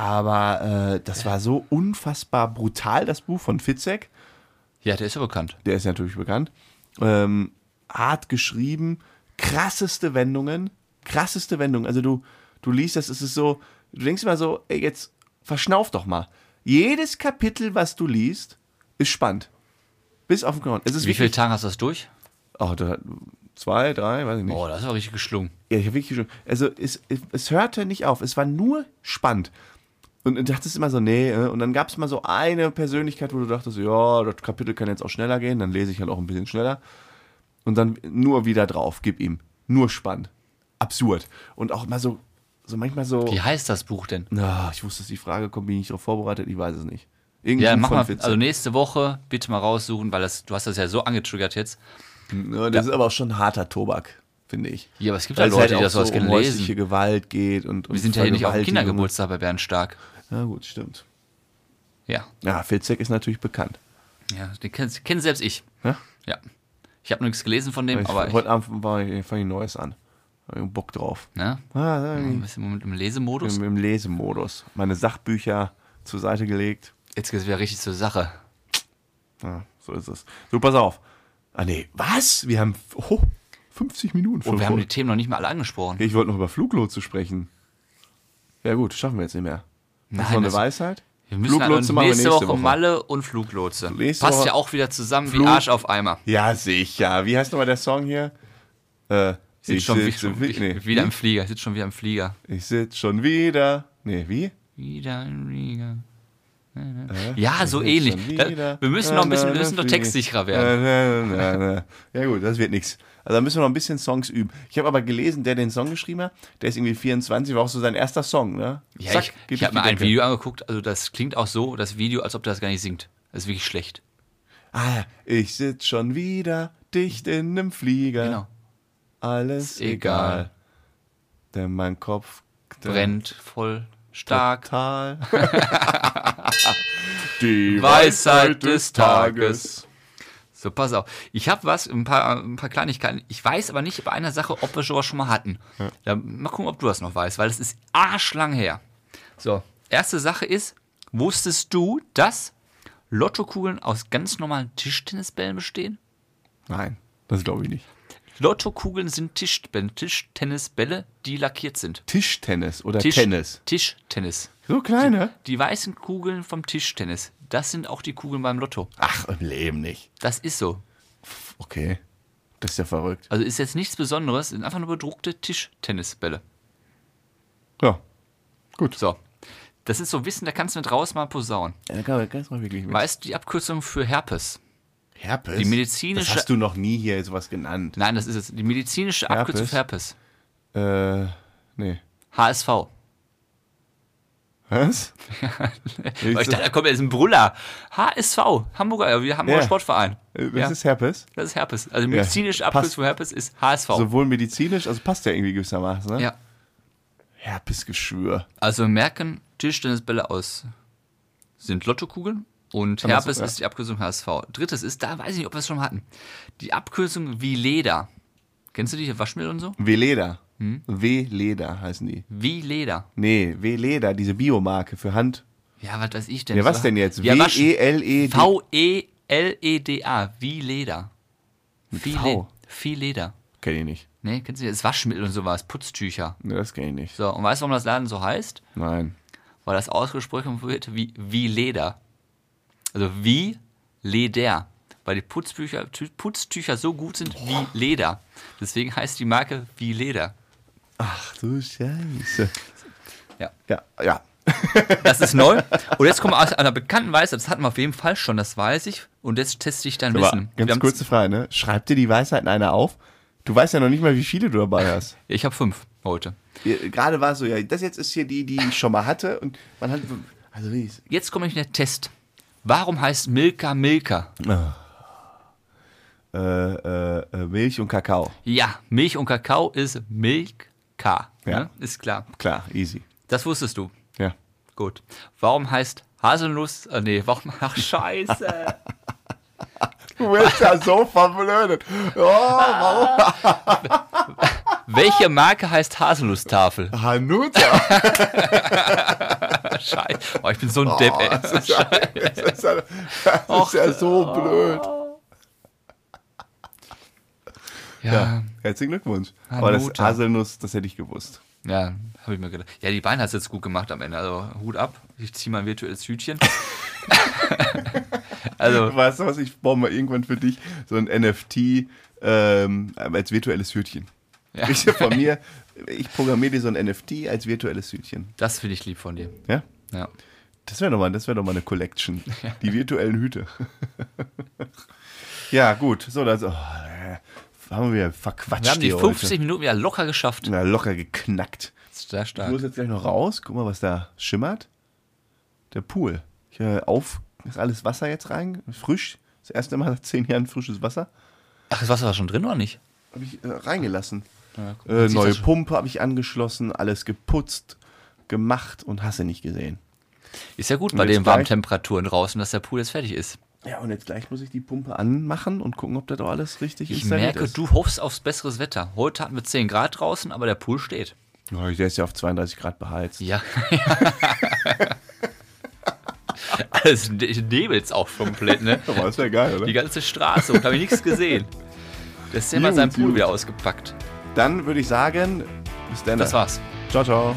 S1: Aber äh, das war so unfassbar brutal, das Buch von Fitzek
S2: Ja, der ist ja bekannt.
S1: der ist natürlich bekannt. Ähm, hart geschrieben, krasseste Wendungen, krasseste Wendungen. Also du, du liest das, es ist so, du denkst immer so, ey, jetzt verschnauf doch mal. Jedes Kapitel, was du liest, ist spannend. Bis auf den Grund. Es ist
S2: Wie viele
S1: wirklich,
S2: Tage hast du das durch?
S1: oh, da, zwei, drei, weiß ich nicht.
S2: Oh, das war richtig geschlungen.
S1: Ja, ich habe wirklich schon. Also es, es, es hörte nicht auf. Es war nur spannend. Und du dachtest immer so, nee, äh, und dann gab es mal so eine Persönlichkeit, wo du dachtest, ja, das Kapitel kann jetzt auch schneller gehen, dann lese ich halt auch ein bisschen schneller. Und dann nur wieder drauf, gib ihm. Nur spannend. Absurd. Und auch mal so, so manchmal so.
S2: Wie heißt das Buch denn?
S1: Na, ich wusste, dass die Frage kommt, bin ich nicht darauf vorbereitet, ich weiß es nicht. Irgendwie
S2: Ja, mach mal, also nächste Woche bitte mal raussuchen, weil das, du hast das ja so angetriggert jetzt.
S1: Ne, das ist aber auch schon harter Tobak, finde ich.
S2: Ja, aber es gibt
S1: Weil
S2: halt
S1: es
S2: Leute,
S1: auch
S2: die das sowas
S1: um häusliche
S2: gelesen.
S1: Gewalt geht und, und
S2: Wir sind ja hier nicht auf dem
S1: Vergewaltigung.
S2: Kindergeburtstag bei Bernd Stark.
S1: Ja, gut, stimmt.
S2: Ja,
S1: Ja, Filzek ist natürlich bekannt.
S2: ja den kennst, kenn selbst ich.
S1: Ja?
S2: Ja. Ich habe nichts gelesen von dem,
S1: Ich,
S2: aber ich,
S1: heute Abend war ich, fang ich Neues an. Hab ich Bock drauf.
S2: ne?
S1: Ah,
S2: ein bisschen im Moment im Lesemodus.
S1: im, Im Lesemodus. Meine Sachbücher zur Seite gelegt.
S2: Jetzt geht's wieder richtig zur Sache. Oh,
S1: Ja, so ist es. So, pass auf. Ah, nee. Was? Wir haben oh, 50 Minuten
S2: Und
S1: schon
S2: Oh, wir haben
S1: vor-
S2: die Themen noch nicht mal alle angesprochen.
S1: Ich wollte noch über Fluglotse sprechen. Ja, gut, schaffen wir jetzt nicht mehr. das ist
S2: Nein,
S1: noch eine
S2: das-
S1: Weisheit.
S2: Wir müssen also
S1: machen wir
S2: nächste, Woche, Malle und Fluglotse.
S1: Nächste
S2: Passt
S1: Woche-
S2: ja auch wieder zusammen
S1: Flug-
S2: wie Arsch auf Eimer.
S1: Ja, sicher. Wie heißt nochmal der Song hier? Äh,
S2: Sitzt schon
S1: sitze
S2: wie- schon wie-
S1: nee. Hm?
S2: wieder im Flieger. Sitzt schon wieder im Flieger.
S1: Ich sitze schon wieder. Nee, wie?
S2: Wieder im Flieger. Ja, Ah, so ähnlich. Da, wir müssen noch ein bisschen, wir müssen noch textsicherer werden.
S1: Äh, werden. Ja gut, das wird nichts. Also da müssen wir noch ein bisschen Songs üben. Ich habe aber gelesen, der den Song geschrieben hat, der ist irgendwie 24, war auch so sein erster Song, ne?
S2: Ja,
S1: Zack,
S2: ich
S1: geht
S2: ich
S1: durch
S2: habe
S1: die
S2: mir ein
S1: Decke.
S2: Video angeguckt, also das klingt auch so, das Video, als ob der das gar nicht singt. Das ist wirklich schlecht.
S1: Ah, ich sitz schon wieder dicht in nem Flieger.
S2: Genau.
S1: Alles
S2: Ist
S1: egal.
S2: egal.
S1: Denn mein Kopf
S2: Brennt voll stark.
S1: Tal. Die
S2: Weisheit des Tages. So, pass auf. Ich habe was, ein paar, ein paar Kleinigkeiten. Ich weiß aber nicht bei einer Sache, ob wir sowas schon mal hatten. Da, mal gucken, ob du das noch weißt, weil das ist arschlang her. So, erste Sache ist, wusstest du, dass Lottokugeln aus ganz normalen Tischtennisbällen bestehen?
S1: Nein, das glaube ich nicht.
S2: Lottokugeln sind Tischbälle, Tischtennisbälle, die lackiert sind.
S1: Tischtennis oder
S2: Tisch-
S1: Tennis.
S2: Tischtennis.
S1: So kleine?
S2: Die weißen Kugeln vom Tischtennis, das sind auch die Kugeln beim Lotto.
S1: Ach, im Leben nicht.
S2: Das ist so.
S1: Okay. Das ist ja verrückt.
S2: Also ist jetzt nichts Besonderes, sind einfach nur bedruckte Tischtennisbälle.
S1: Ja.
S2: So. Das ist so Wissen, da kannst du mit raus mal posaunen.
S1: Da kann man ganz mal wirklich mit.
S2: Weißt du die Abkürzung für Herpes?
S1: Herpes?
S2: Die medizinische-
S1: Das hast du noch nie hier sowas genannt.
S2: Nein, das ist jetzt die medizinische Abkürzung für Herpes.
S1: Äh, nee.
S2: HSV.
S1: Was?
S2: Weil ich dachte, da kommt jetzt ein Brüller. HSV, Hamburger, ja, wir Hamburger
S1: Ja. Äh,
S2: Sportverein.
S1: das
S2: ja,
S1: ist Herpes.
S2: das ist Herpes. Also die medizinische
S1: passt.
S2: Abkürzung für Herpes ist HSV.
S1: Sowohl medizinisch, also passt Oh. ja irgendwie gewissermaßen, ne?
S2: Ja.
S1: Herpesgeschwür.
S2: Also wir merken, Tischtennisbälle aus sind Lottokugeln und
S1: Andersrum,
S2: Herpes
S1: ja.
S2: ist die Abkürzung HSV. Drittes ist, da weiß ich nicht, ob wir es schon mal hatten, die Abkürzung Vileda. Kennst du die Waschmittel und so?
S1: W-Leder. W-Leder heißen die.
S2: Vileda.
S1: Nee, W-Leder, diese Biomarke für Hand.
S2: Ja, was weiß ich denn?
S1: Ja,
S2: Das
S1: was
S2: war-
S1: denn jetzt? E
S2: Ja, waschen. E
S1: W-E-L-E.
S2: V-E-L-E-D-A. Vileda.
S1: V.
S2: Vileda.
S1: Kenn ich nicht.
S2: Nee, kennst du nicht? Das ist Waschmittel und sowas, Putztücher.
S1: Ne, das kenn ich nicht.
S2: So, und weißt du, warum das Laden so heißt?
S1: Nein.
S2: Weil das ausgesprochen wird wie, wie Leder. Also wie Leder. Weil die Putzbücher, Tü- Putztücher so gut sind wie Leder. Deswegen heißt die Marke wie Leder.
S1: Ach du Scheiße.
S2: Ja.
S1: Ja, ja.
S2: Das ist neu. Und jetzt kommen wir aus einer bekannten Weisheit. Das hatten wir auf jeden Fall schon, das weiß ich. Und jetzt teste ich dein
S1: Aber
S2: Wissen. Wir
S1: ganz
S2: haben-
S1: kurze Frage, ne? Schreib dir die Weisheiten einer auf. Du weißt ja noch nicht mal, wie viele du dabei hast.
S2: Ich habe fünf heute.
S1: Ja, Gerade war es so, ja, das jetzt ist hier die, die ich schon mal hatte und man hat. Also wie ist.
S2: Jetzt komme ich in den Test. Warum heißt Milka Milka?
S1: Äh, äh, äh, Milch und Kakao.
S2: Ja, Milch und Kakao ist Milka.
S1: Ja.
S2: Ne? Ist klar.
S1: Klar, easy.
S2: Das wusstest du.
S1: Ja.
S2: Gut. Warum heißt Haselnuss? Äh, nee, warum? Ach, scheiße.
S1: Du bist ja so verblödet. Oh,
S2: Welche Marke heißt Haselnusstafel?
S1: Hanuta.
S2: Scheiße. Oh, ich bin so ein Depp, ey.
S1: Das ist ja, das ist ja, das ist ja so blöd.
S2: Ja,
S1: Herzlichen Glückwunsch. Aber das
S2: Hanuta.
S1: Haselnuss, das hätte ich gewusst.
S2: ja habe ich mir gedacht. Ja, die Beine hast du jetzt gut gemacht am Ende. Also Hut ab. Ich ziehe mein virtuelles Hütchen. also,
S1: Weißt du was, ich baue mal irgendwann für dich so ein NFT ähm, als virtuelles Hütchen.
S2: Ja.
S1: Ich von mir, ich programmiere dir so ein NFT als virtuelles Hütchen.
S2: das finde ich lieb von dir.
S1: Ja?
S2: Ja.
S1: Das wäre doch, mal- das wär doch mal eine Collection. Die virtuellen Hüte. ja, gut. So, das oh, äh, haben wir verquatscht.
S2: Wir haben die
S1: hier
S2: 50
S1: Heute.
S2: Minuten wieder locker geschafft.
S1: Na, locker geknackt.
S2: Sehr stark.
S1: Ich muss jetzt gleich noch raus. Guck mal, was da schimmert. Der Pool. Ich, äh, auf ist alles Wasser jetzt rein. Frisch. Das erste Mal nach zehn Jahren frisches Wasser.
S2: Ach, das Wasser war schon drin, oder nicht?
S1: Habe ich äh, reingelassen.
S2: guck, man
S1: äh,
S2: sieht
S1: neue
S2: das schon.
S1: Pumpe habe ich angeschlossen. Alles geputzt, gemacht und hasse nicht gesehen.
S2: Ist ja gut
S1: Und
S2: bei
S1: jetzt
S2: den warmen
S1: gleich?
S2: Temperaturen draußen, dass der Pool jetzt fertig ist.
S1: Ja, und jetzt gleich muss ich die Pumpe anmachen und gucken, ob das auch alles richtig
S2: Ich
S1: installiert
S2: merke,
S1: ist.
S2: du hoffst aufs besseres Wetter. Heute hatten wir 10 Grad draußen, aber der Pool steht.
S1: Ja, der ist ja auf 32 Grad beheizt.
S2: Ja. Alles ne- nebelt's auch komplett, ne?
S1: Aber Oh, ist ja geil,
S2: Die
S1: oder?
S2: ganze Straße und habe ich nichts gesehen. Das ist ja mal
S1: Gut,
S2: seinen Pool
S1: gut.
S2: wieder ausgepackt.
S1: Dann würde ich sagen, bis dann.
S2: Das war's.
S1: Ciao, ciao.